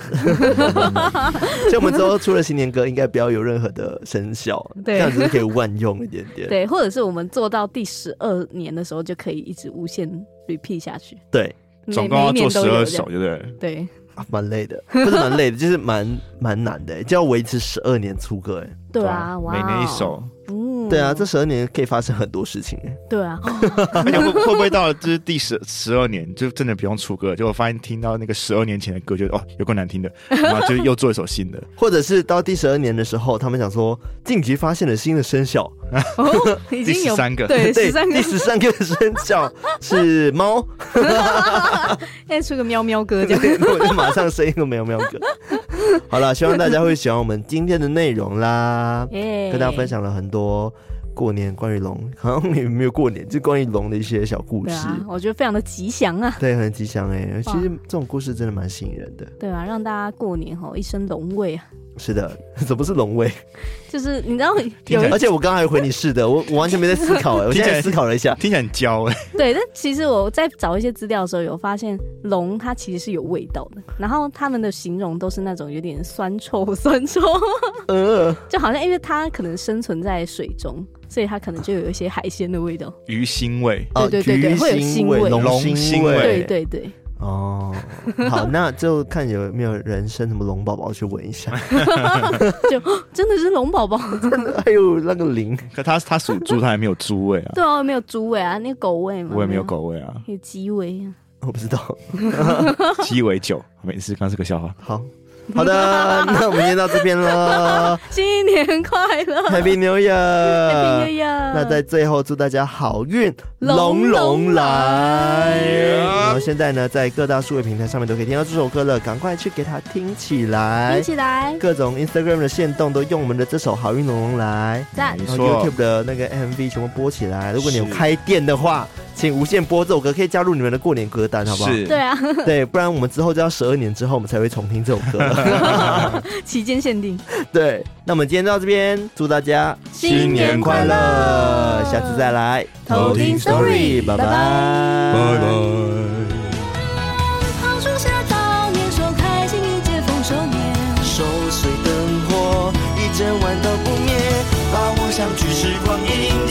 Speaker 1: 所以我们之后出了新年歌，应该不要有任何的生肖，
Speaker 2: 对
Speaker 1: 这样子可以万用一点点。
Speaker 2: [laughs] 对，或者是我们做到第十二年的时候，就可以一直无限 repeat 下去，
Speaker 1: 对，
Speaker 2: 每
Speaker 3: 总共
Speaker 2: 每一
Speaker 3: 要
Speaker 2: 年
Speaker 3: 做十
Speaker 2: 都有
Speaker 3: 二
Speaker 2: 这
Speaker 3: 首，
Speaker 2: 样。
Speaker 3: 对不对了？
Speaker 2: 对
Speaker 1: 啊蛮累的，不是蛮累的，就是蛮蛮难的，哎就要维持十二年出歌，哎，
Speaker 2: 对啊，哇，
Speaker 3: 每年一，首。
Speaker 2: 嗯，
Speaker 1: 对啊，这十二年可以发生很多事情，哎，
Speaker 2: 对
Speaker 3: [laughs]
Speaker 2: 啊，
Speaker 3: 而且会会不会到了就是第十十二年，就真的不用出歌了？结果发现听到那个十二年前的歌，就哦有够难听的，然后就又做一首新的，
Speaker 1: 或者是到第十二年的时候，他们想说晋级发现了新的生肖，
Speaker 2: 哦，已
Speaker 3: 第
Speaker 2: 经有
Speaker 3: 十三个
Speaker 2: 对
Speaker 1: 对
Speaker 2: 十三，个
Speaker 1: 第，
Speaker 2: [laughs]
Speaker 1: 十三个生肖是猫，
Speaker 2: 再出个喵喵歌这样。
Speaker 1: 那我就马上生一个喵喵哥。好了，希望大家会喜欢我们今天的内容
Speaker 2: [laughs]
Speaker 1: 啦。
Speaker 2: 耶
Speaker 1: 跟大家分。享了很多过年关于龙，好像也没有过年，就关于龙的一些小故
Speaker 2: 对
Speaker 1: 事。
Speaker 2: 啊，我觉得非常的吉祥啊，
Speaker 1: 对，很吉祥哎、其
Speaker 2: 哇
Speaker 1: 实这种故事真的蛮吸引人的。
Speaker 2: 对啊，让大家过年吼一身龙味啊，
Speaker 1: 是的， [laughs] 怎么是龙味？
Speaker 2: 就是你知道
Speaker 3: 听
Speaker 2: 有
Speaker 3: 起
Speaker 2: 一
Speaker 1: 而且我刚才还回你是的，我我完全没在思考哎、我
Speaker 3: 听
Speaker 1: 现
Speaker 3: 起来
Speaker 1: 在思考了一下，
Speaker 3: 听起来很娇哎、
Speaker 2: 对，但其实我在找一些资料的时候有发现，龙它其实是有味道的，然后它们的形容都是那种有点酸臭 [laughs] 酸臭，
Speaker 1: 呃，
Speaker 2: 就好像因为它可能生存在水中，所以它可能就有一些海鲜的味道。
Speaker 3: 鱼腥味。
Speaker 1: 哦
Speaker 2: 对对对
Speaker 1: 橘
Speaker 2: 会有腥味
Speaker 1: 龙
Speaker 3: 龙
Speaker 1: 腥
Speaker 3: 腥味
Speaker 2: 对对对，
Speaker 1: 哦，好，那就看有没有人生什么龙宝宝去闻一
Speaker 2: [laughs]
Speaker 1: 下。
Speaker 2: [gasps] 真的是龙宝宝。
Speaker 1: 还有哎那个灵，
Speaker 3: 可他他属猪，他还没有
Speaker 2: [laughs]
Speaker 3: 猪味啊，
Speaker 2: 对啊，没有猪味啊，那个狗味嘛。
Speaker 3: 我也没有，狗味啊，
Speaker 2: 有鸡味啊。
Speaker 1: 我不知道。
Speaker 3: 鸡尾酒。没事，刚是个笑话。
Speaker 1: 好。好的，那我们先到这边了
Speaker 2: 新年快乐
Speaker 1: ，Happy New
Speaker 2: ，Happy New
Speaker 1: Year！
Speaker 2: Year！
Speaker 1: 那在最后祝大家好运
Speaker 2: 龙
Speaker 1: 龙龙
Speaker 2: 龙
Speaker 1: 来。
Speaker 2: 来
Speaker 1: 然后现在呢，在各大数位平台上面都可以听到这首歌了，赶快去给它听起来
Speaker 2: 听。起来
Speaker 1: 各种 Instagram 的线动都用我们的这首《好运龙龙来
Speaker 2: 赞
Speaker 3: 没》，
Speaker 1: 然后
Speaker 3: 错
Speaker 1: YouTube 的那个 MV 全部播起来。如果你有
Speaker 3: 是
Speaker 1: 开店的话，请无限播这首歌可以加入你们的过年歌单，好不好？
Speaker 3: 是
Speaker 2: 对啊， [laughs]
Speaker 1: 对，不然我们之后就要十二年之后我们才会重听这首歌。
Speaker 3: [laughs]
Speaker 2: 期间限定，
Speaker 1: 对，那我们今天到这边，祝大家
Speaker 3: 新年快乐
Speaker 1: 下次再来
Speaker 2: 偷听 Story，
Speaker 1: 拜
Speaker 2: 拜拜
Speaker 1: 拜
Speaker 3: 拜拜。
Speaker 4: 桃树下，到年兽开心一解丰收年。
Speaker 5: 手随灯火，一整晚都不灭，把我想去时光阴